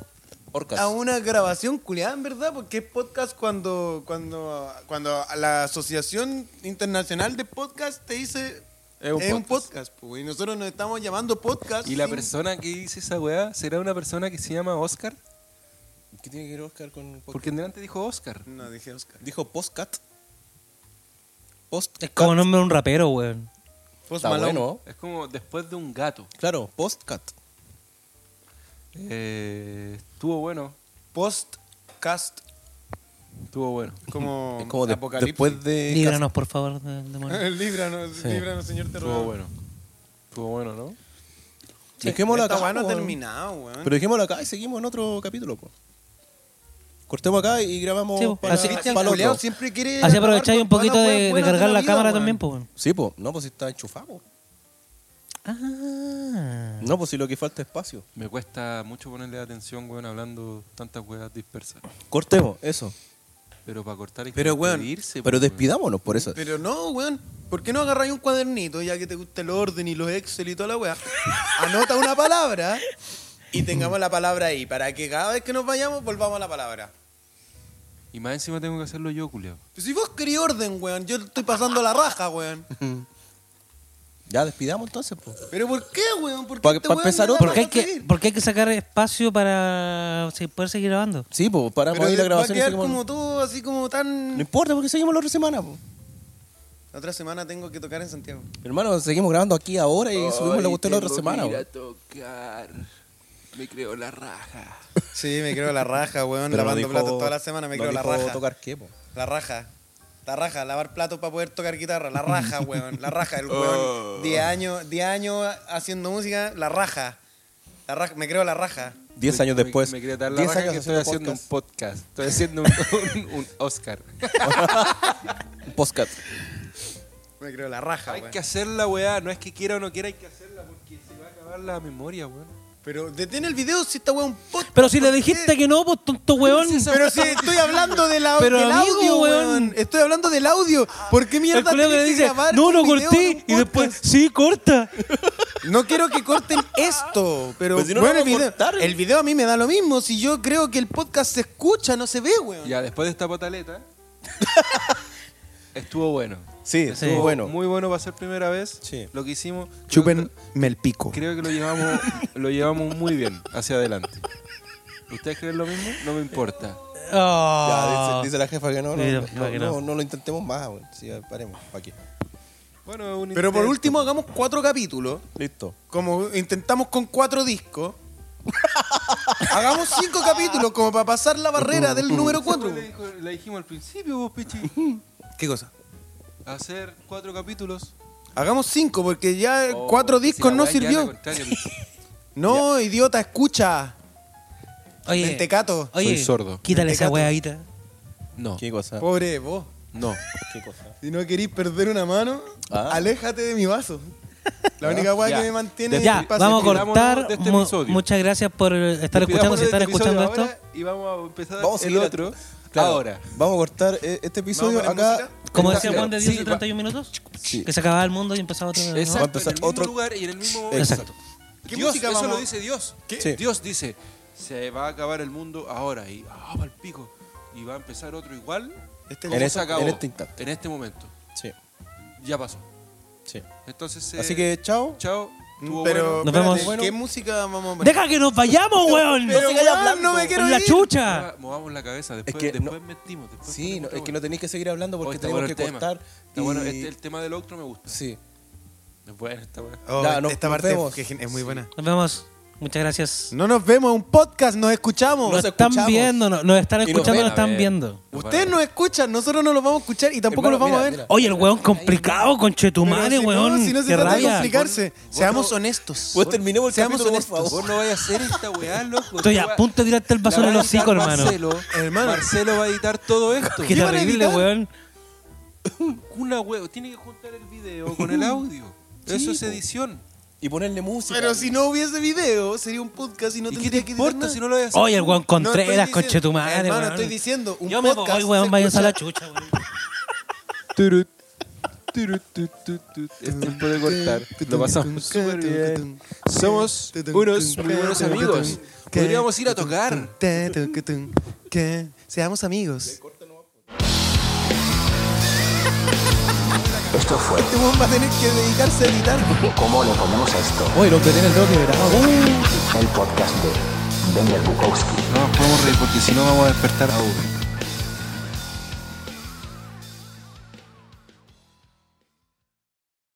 Speaker 3: Orcas.
Speaker 2: a una grabación culiada, en verdad, porque es podcast cuando, cuando, cuando la Asociación Internacional de Podcast te dice
Speaker 3: Es un
Speaker 2: es un podcast, pues, y nosotros nos estamos llamando podcast.
Speaker 4: Y la
Speaker 2: sin-
Speaker 4: persona que dice esa weá, ¿será una persona que se llama Oscar?
Speaker 3: ¿Qué tiene que ver Oscar con
Speaker 4: Porque delante dijo Oscar.
Speaker 2: No, dije Oscar.
Speaker 3: Dijo postcat. Postcat.
Speaker 5: Es como nombre de un rapero, weón.
Speaker 2: Post
Speaker 3: Está
Speaker 2: Malone.
Speaker 3: bueno.
Speaker 4: Es como después de un gato.
Speaker 3: Claro, postcat.
Speaker 4: Eh, estuvo bueno,
Speaker 2: Postcast.
Speaker 4: estuvo bueno.
Speaker 2: Como,
Speaker 3: Es como de-
Speaker 2: apocalipsis.
Speaker 3: después de.
Speaker 5: Líbranos, por favor, de- de
Speaker 2: Eh,
Speaker 5: morir.
Speaker 2: líbranos, líbranos, señor
Speaker 4: Estuvo
Speaker 2: terror.
Speaker 4: bueno. Estuvo bueno, ¿no?
Speaker 3: Dejémoslo acá. pues,
Speaker 2: Esta weá no ha
Speaker 3: weón.
Speaker 2: terminado, weón.
Speaker 3: Pero dejémoslo acá y seguimos en otro capítulo, po. Cortemos acá y grabamos
Speaker 5: Sí, po.
Speaker 3: para,
Speaker 5: Así-
Speaker 3: para
Speaker 2: Cristian
Speaker 3: el otro.
Speaker 2: Culeado siempre quiere.
Speaker 5: Así
Speaker 2: acabar
Speaker 5: aprovecháis
Speaker 2: con
Speaker 5: un poquito
Speaker 2: todas las
Speaker 5: de,
Speaker 2: weas
Speaker 5: de
Speaker 2: buenas
Speaker 5: cargar
Speaker 2: de
Speaker 5: la,
Speaker 2: vida,
Speaker 5: cámara
Speaker 2: weón.
Speaker 5: también, pues, weón.
Speaker 3: Sí, po. No, pues si está enchufado. po.
Speaker 5: Ah.
Speaker 3: No, pues si lo que falta es espacio.
Speaker 4: Me cuesta mucho ponerle atención, weón, hablando tantas weas dispersas.
Speaker 3: Cortemos, eso.
Speaker 4: Pero para cortar hay que
Speaker 2: Pero, weón,
Speaker 4: despedirse,
Speaker 3: Pero
Speaker 4: pues, weón.
Speaker 3: despidámonos por eso.
Speaker 2: Pero no, weón. ¿Por qué no agarráis un cuadernito, ya que te gusta el orden y los Excel y toda la weá? Anota una palabra y tengamos la palabra ahí, para que cada vez que nos vayamos volvamos a la palabra.
Speaker 4: Y más encima tengo que hacerlo yo, culeo.
Speaker 2: Pero si vos querí orden, weón, yo estoy pasando la raja, weón.
Speaker 3: Ya despidamos entonces, pues. po.
Speaker 2: ¿Pero por qué, weón? ¿Por qué
Speaker 3: Pa-
Speaker 2: este
Speaker 3: pa
Speaker 2: weón me
Speaker 3: empezar
Speaker 2: da
Speaker 3: otro.
Speaker 5: Porque hay,
Speaker 2: paja
Speaker 5: que,
Speaker 2: seguir?
Speaker 5: porque hay que sacar espacio para se- poder seguir grabando.
Speaker 3: Sí, po, paramos
Speaker 2: Pero
Speaker 3: ahí la
Speaker 2: va a
Speaker 3: grabación y
Speaker 2: quedar
Speaker 3: seguimos.
Speaker 2: como todo así como
Speaker 3: No
Speaker 2: tan...
Speaker 3: importa, porque seguimos la otra semana, po.
Speaker 2: La otra semana tengo que tocar en Santiago.
Speaker 3: Hermano, seguimos grabando aquí ahora y subimos la
Speaker 4: Ay,
Speaker 3: cuestión la otra
Speaker 4: tengo que
Speaker 3: semana,
Speaker 4: ir
Speaker 3: po.
Speaker 4: a tocar. Me creo la raja.
Speaker 2: Sí, me creo la raja, weón.
Speaker 3: Pero no
Speaker 2: lavando
Speaker 3: dijo-
Speaker 2: platos toda la semana, me
Speaker 3: no
Speaker 2: creo la
Speaker 3: dijo
Speaker 2: raja.
Speaker 3: tocar qué, po.
Speaker 2: La raja. La raja, lavar platos para poder tocar guitarra. La raja, weón. La raja, el
Speaker 5: Oh.
Speaker 2: weón. 10 años, 10 años haciendo música, la raja. La raja, me creo la raja.
Speaker 3: Diez
Speaker 4: Me-
Speaker 3: años
Speaker 4: me-
Speaker 3: después.
Speaker 4: Me, creo dar la
Speaker 3: Diez
Speaker 4: raja que
Speaker 3: años
Speaker 4: estoy haciendo un podcast. Estoy haciendo un, un- un Oscar.
Speaker 3: un podcast.
Speaker 2: Me creo la raja,
Speaker 4: hay
Speaker 2: weón.
Speaker 4: que hacerla, weá. No es que quiera o no quiera, hay que hacerla porque se va a acabar la memoria, weón.
Speaker 2: Pero detén el video si esta weón un podcast.
Speaker 5: Pero si le
Speaker 2: ¿por qué?
Speaker 5: dijiste que no, pues tonto weón.
Speaker 2: Pero si estoy hablando de la,
Speaker 5: Pero
Speaker 2: del
Speaker 5: amigo,
Speaker 2: audio, weón.
Speaker 5: weón.
Speaker 2: Estoy hablando del audio. ¿Por qué
Speaker 5: El
Speaker 2: mierda
Speaker 5: colega
Speaker 2: tenés
Speaker 5: le
Speaker 2: que
Speaker 5: dice,
Speaker 2: grabar
Speaker 5: no,
Speaker 2: un
Speaker 5: no
Speaker 2: video de un
Speaker 5: corté. Y después,
Speaker 2: podcast?
Speaker 5: sí, corta.
Speaker 2: No quiero que corten esto, pero
Speaker 3: Pero
Speaker 5: Pues
Speaker 3: si no
Speaker 2: bueno,
Speaker 3: lo
Speaker 2: el,
Speaker 3: vamos a
Speaker 2: video,
Speaker 3: cortar.
Speaker 2: el video a mí me da lo mismo. Si yo creo que el podcast se escucha, no se ve, weón.
Speaker 4: Ya, después de esta pataleta. estuvo bueno.
Speaker 3: Sí,
Speaker 5: Sí.
Speaker 3: estuvo bueno.
Speaker 4: Muy bueno para ser primera vez.
Speaker 3: Sí.
Speaker 4: Lo que hicimos. creo que-
Speaker 2: el pico.
Speaker 4: Creo que lo llevamos, lo llevamos muy bien hacia adelante. ¿Ustedes creen lo mismo? No me importa.
Speaker 3: Ya,
Speaker 5: Oh.
Speaker 3: dice, dice la jefa que no, no,
Speaker 5: Mira,
Speaker 3: no,
Speaker 5: para que
Speaker 3: no,
Speaker 5: no.
Speaker 3: no lo intentemos más, güey. Sí, ya, paremos, pa' aquí.
Speaker 4: Bueno, es un
Speaker 2: Pero por
Speaker 4: intento.
Speaker 2: último, hagamos cuatro capítulos.
Speaker 3: Listo.
Speaker 2: Como intentamos con cuatro discos. hagamos cinco capítulos como para pasar la barrera del número cuatro.
Speaker 4: Le, dijo- le dijimos al principio, vos, Pichi.
Speaker 2: ¿Qué cosa?
Speaker 4: Hacer cuatro capítulos.
Speaker 2: Hagamos cinco porque ya
Speaker 4: Oh,
Speaker 2: Eh, cuatro
Speaker 4: si
Speaker 2: discos
Speaker 4: la
Speaker 2: no
Speaker 4: weá ya la
Speaker 2: sirvió.
Speaker 4: contraria, Pichi.
Speaker 2: No, idiota, escucha.
Speaker 5: Oye,
Speaker 2: Mentecato.
Speaker 5: Oye,
Speaker 4: Soy sordo.
Speaker 5: Quítale esa
Speaker 2: Mentecato.
Speaker 5: huevadita.
Speaker 4: No,
Speaker 3: ¿Qué cosa?
Speaker 2: Pobre vos.
Speaker 4: no.
Speaker 2: Si no querís perder una mano,
Speaker 3: Ah.
Speaker 2: aléjate de mi vaso. La única weá
Speaker 4: Ya.
Speaker 2: que me mantiene es
Speaker 5: Ya,
Speaker 2: el espacio.
Speaker 5: vamos a
Speaker 4: despidámonos
Speaker 5: cortar.
Speaker 4: de este
Speaker 5: Mu-
Speaker 4: episodio.
Speaker 5: muchas gracias por estar escuchando.
Speaker 4: Despidámonos
Speaker 5: Si están
Speaker 4: de este
Speaker 5: escuchando
Speaker 4: episodio
Speaker 5: esto,
Speaker 4: ahora Y vamos a empezar
Speaker 3: Vamos a
Speaker 4: el
Speaker 3: seguir a-
Speaker 4: otro.
Speaker 3: Claro,
Speaker 4: Ahora.
Speaker 3: Vamos a cortar eh, este episodio
Speaker 2: ¿Vamos a poner
Speaker 3: acá.
Speaker 5: como
Speaker 4: Está-
Speaker 5: decía Juan de 10
Speaker 4: sí,
Speaker 5: y
Speaker 4: va-
Speaker 5: 31 minutos,
Speaker 3: Sí.
Speaker 5: que se acababa el mundo y empezaba otra vez. ¿no?
Speaker 3: Va a
Speaker 4: Exacto, en
Speaker 3: empezar
Speaker 4: el mismo
Speaker 3: otro-
Speaker 4: lugar y en el mismo momento.
Speaker 5: Exacto.
Speaker 2: ¿Qué
Speaker 4: Dios,
Speaker 2: música
Speaker 4: eso
Speaker 2: vamos?
Speaker 4: lo dice Dios.
Speaker 3: Sí.
Speaker 4: Dios dice, se va a acabar el mundo ahora y ah, pa'l pico y va a empezar otro igual.
Speaker 2: Este
Speaker 4: como
Speaker 3: en
Speaker 4: se
Speaker 3: ese-
Speaker 4: acabó,
Speaker 3: en este instante.
Speaker 4: en este momento.
Speaker 3: Sí,
Speaker 4: Ya pasó.
Speaker 3: sí.
Speaker 4: Entonces, eh,
Speaker 3: Así que chao.
Speaker 4: chao. estuvo
Speaker 2: Mm, Pero,
Speaker 4: bueno.
Speaker 5: Nos vemos.
Speaker 2: espérate, ¿qué música vamos a poner?
Speaker 5: ¡Deja que nos vayamos, weón!
Speaker 2: Pero,
Speaker 5: Con
Speaker 2: weón, no me quiero
Speaker 5: ¡La
Speaker 2: ir.
Speaker 5: chucha!
Speaker 4: Ahora Movamos la cabeza, después,
Speaker 3: Es que
Speaker 4: después
Speaker 3: no-
Speaker 4: mentimos. Después
Speaker 3: Sí, no,
Speaker 4: ponemos
Speaker 3: es que
Speaker 4: otra
Speaker 3: no tenéis que seguir hablando
Speaker 4: hueá. Oh,
Speaker 3: porque
Speaker 4: está
Speaker 3: tenemos
Speaker 4: bueno el
Speaker 3: que
Speaker 4: tema.
Speaker 3: cortar.
Speaker 4: Está bueno,
Speaker 3: y-
Speaker 4: este- el tema del otro me gusta.
Speaker 3: Sí.
Speaker 4: Es bueno, está bueno.
Speaker 2: Oh,
Speaker 3: Ya, no-
Speaker 2: esta
Speaker 3: nos
Speaker 2: parte
Speaker 3: vemos.
Speaker 2: que es muy buena.
Speaker 5: Nos vemos. Muchas gracias.
Speaker 2: No nos vemos, un podcast, nos escuchamos.
Speaker 5: Nos están
Speaker 3: escuchamos.
Speaker 5: viendo, no- nos están
Speaker 3: Y nos
Speaker 5: escuchando,
Speaker 3: ven,
Speaker 5: nos
Speaker 4: a
Speaker 5: están
Speaker 4: ver.
Speaker 5: viendo.
Speaker 2: Ustedes nos escuchan, nosotros no los vamos a escuchar y tampoco
Speaker 3: Hermano,
Speaker 2: los vamos
Speaker 3: mira,
Speaker 2: a ver.
Speaker 3: mira.
Speaker 5: Oye, el weón complicado, conchetumare,
Speaker 2: Pero si no,
Speaker 5: weón.
Speaker 2: si no se
Speaker 5: Qué
Speaker 2: trata de
Speaker 5: rabia.
Speaker 2: complicarse,
Speaker 4: Vos-
Speaker 2: seamos
Speaker 4: vos-
Speaker 2: honestos.
Speaker 3: Pues terminemos el
Speaker 2: Seamos
Speaker 3: capítulo, por
Speaker 2: honestos.
Speaker 3: favor.
Speaker 4: Vos no vayas a hacer esta weá, loco.
Speaker 5: Estoy
Speaker 4: Tú
Speaker 5: a
Speaker 4: va-
Speaker 5: punto de tirarte el vaso
Speaker 4: la
Speaker 5: en el
Speaker 4: va a editar
Speaker 5: hocico, hermano.
Speaker 4: Marcelo,
Speaker 2: Hermano.
Speaker 4: Marcelo va a editar todo esto.
Speaker 5: Qué
Speaker 2: ¿Qué van a
Speaker 5: terrible,
Speaker 2: editar?
Speaker 5: weón.
Speaker 4: Una huevo, tiene que juntar el video con el audio.
Speaker 3: Sí,
Speaker 4: Eso es
Speaker 3: po.
Speaker 4: edición.
Speaker 3: Y ponerle música.
Speaker 2: Pero si no hubiese video, sería un podcast y no
Speaker 4: ¿Y qué te
Speaker 2: tendría que
Speaker 4: importa si no lo ves?
Speaker 5: Oye, el weón
Speaker 2: No, estoy
Speaker 5: Contreras,
Speaker 2: diciendo-
Speaker 5: conchetumare,
Speaker 2: Hermano,
Speaker 5: weón.
Speaker 2: estoy diciendo, un
Speaker 5: Yo me
Speaker 2: podcast.
Speaker 5: voy, weón,
Speaker 2: se
Speaker 5: váyanse a la
Speaker 2: escucha-
Speaker 5: chucha, weón.
Speaker 4: Es tiempo de cortar. Lo pasamos súper bien. Somos unos muy buenos amigos. Podríamos ir a tocar.
Speaker 2: Que Seamos amigos.
Speaker 1: Esto fue
Speaker 2: Este weón va a tener que dedicarse a editar.
Speaker 1: ¿Cómo le ponemos a esto?
Speaker 3: Oye, lo que tiene el dedo quebrado.
Speaker 1: El podcast de Daniel Bukowski.
Speaker 4: No nos podemos reír porque si no vamos a despertar a Uber.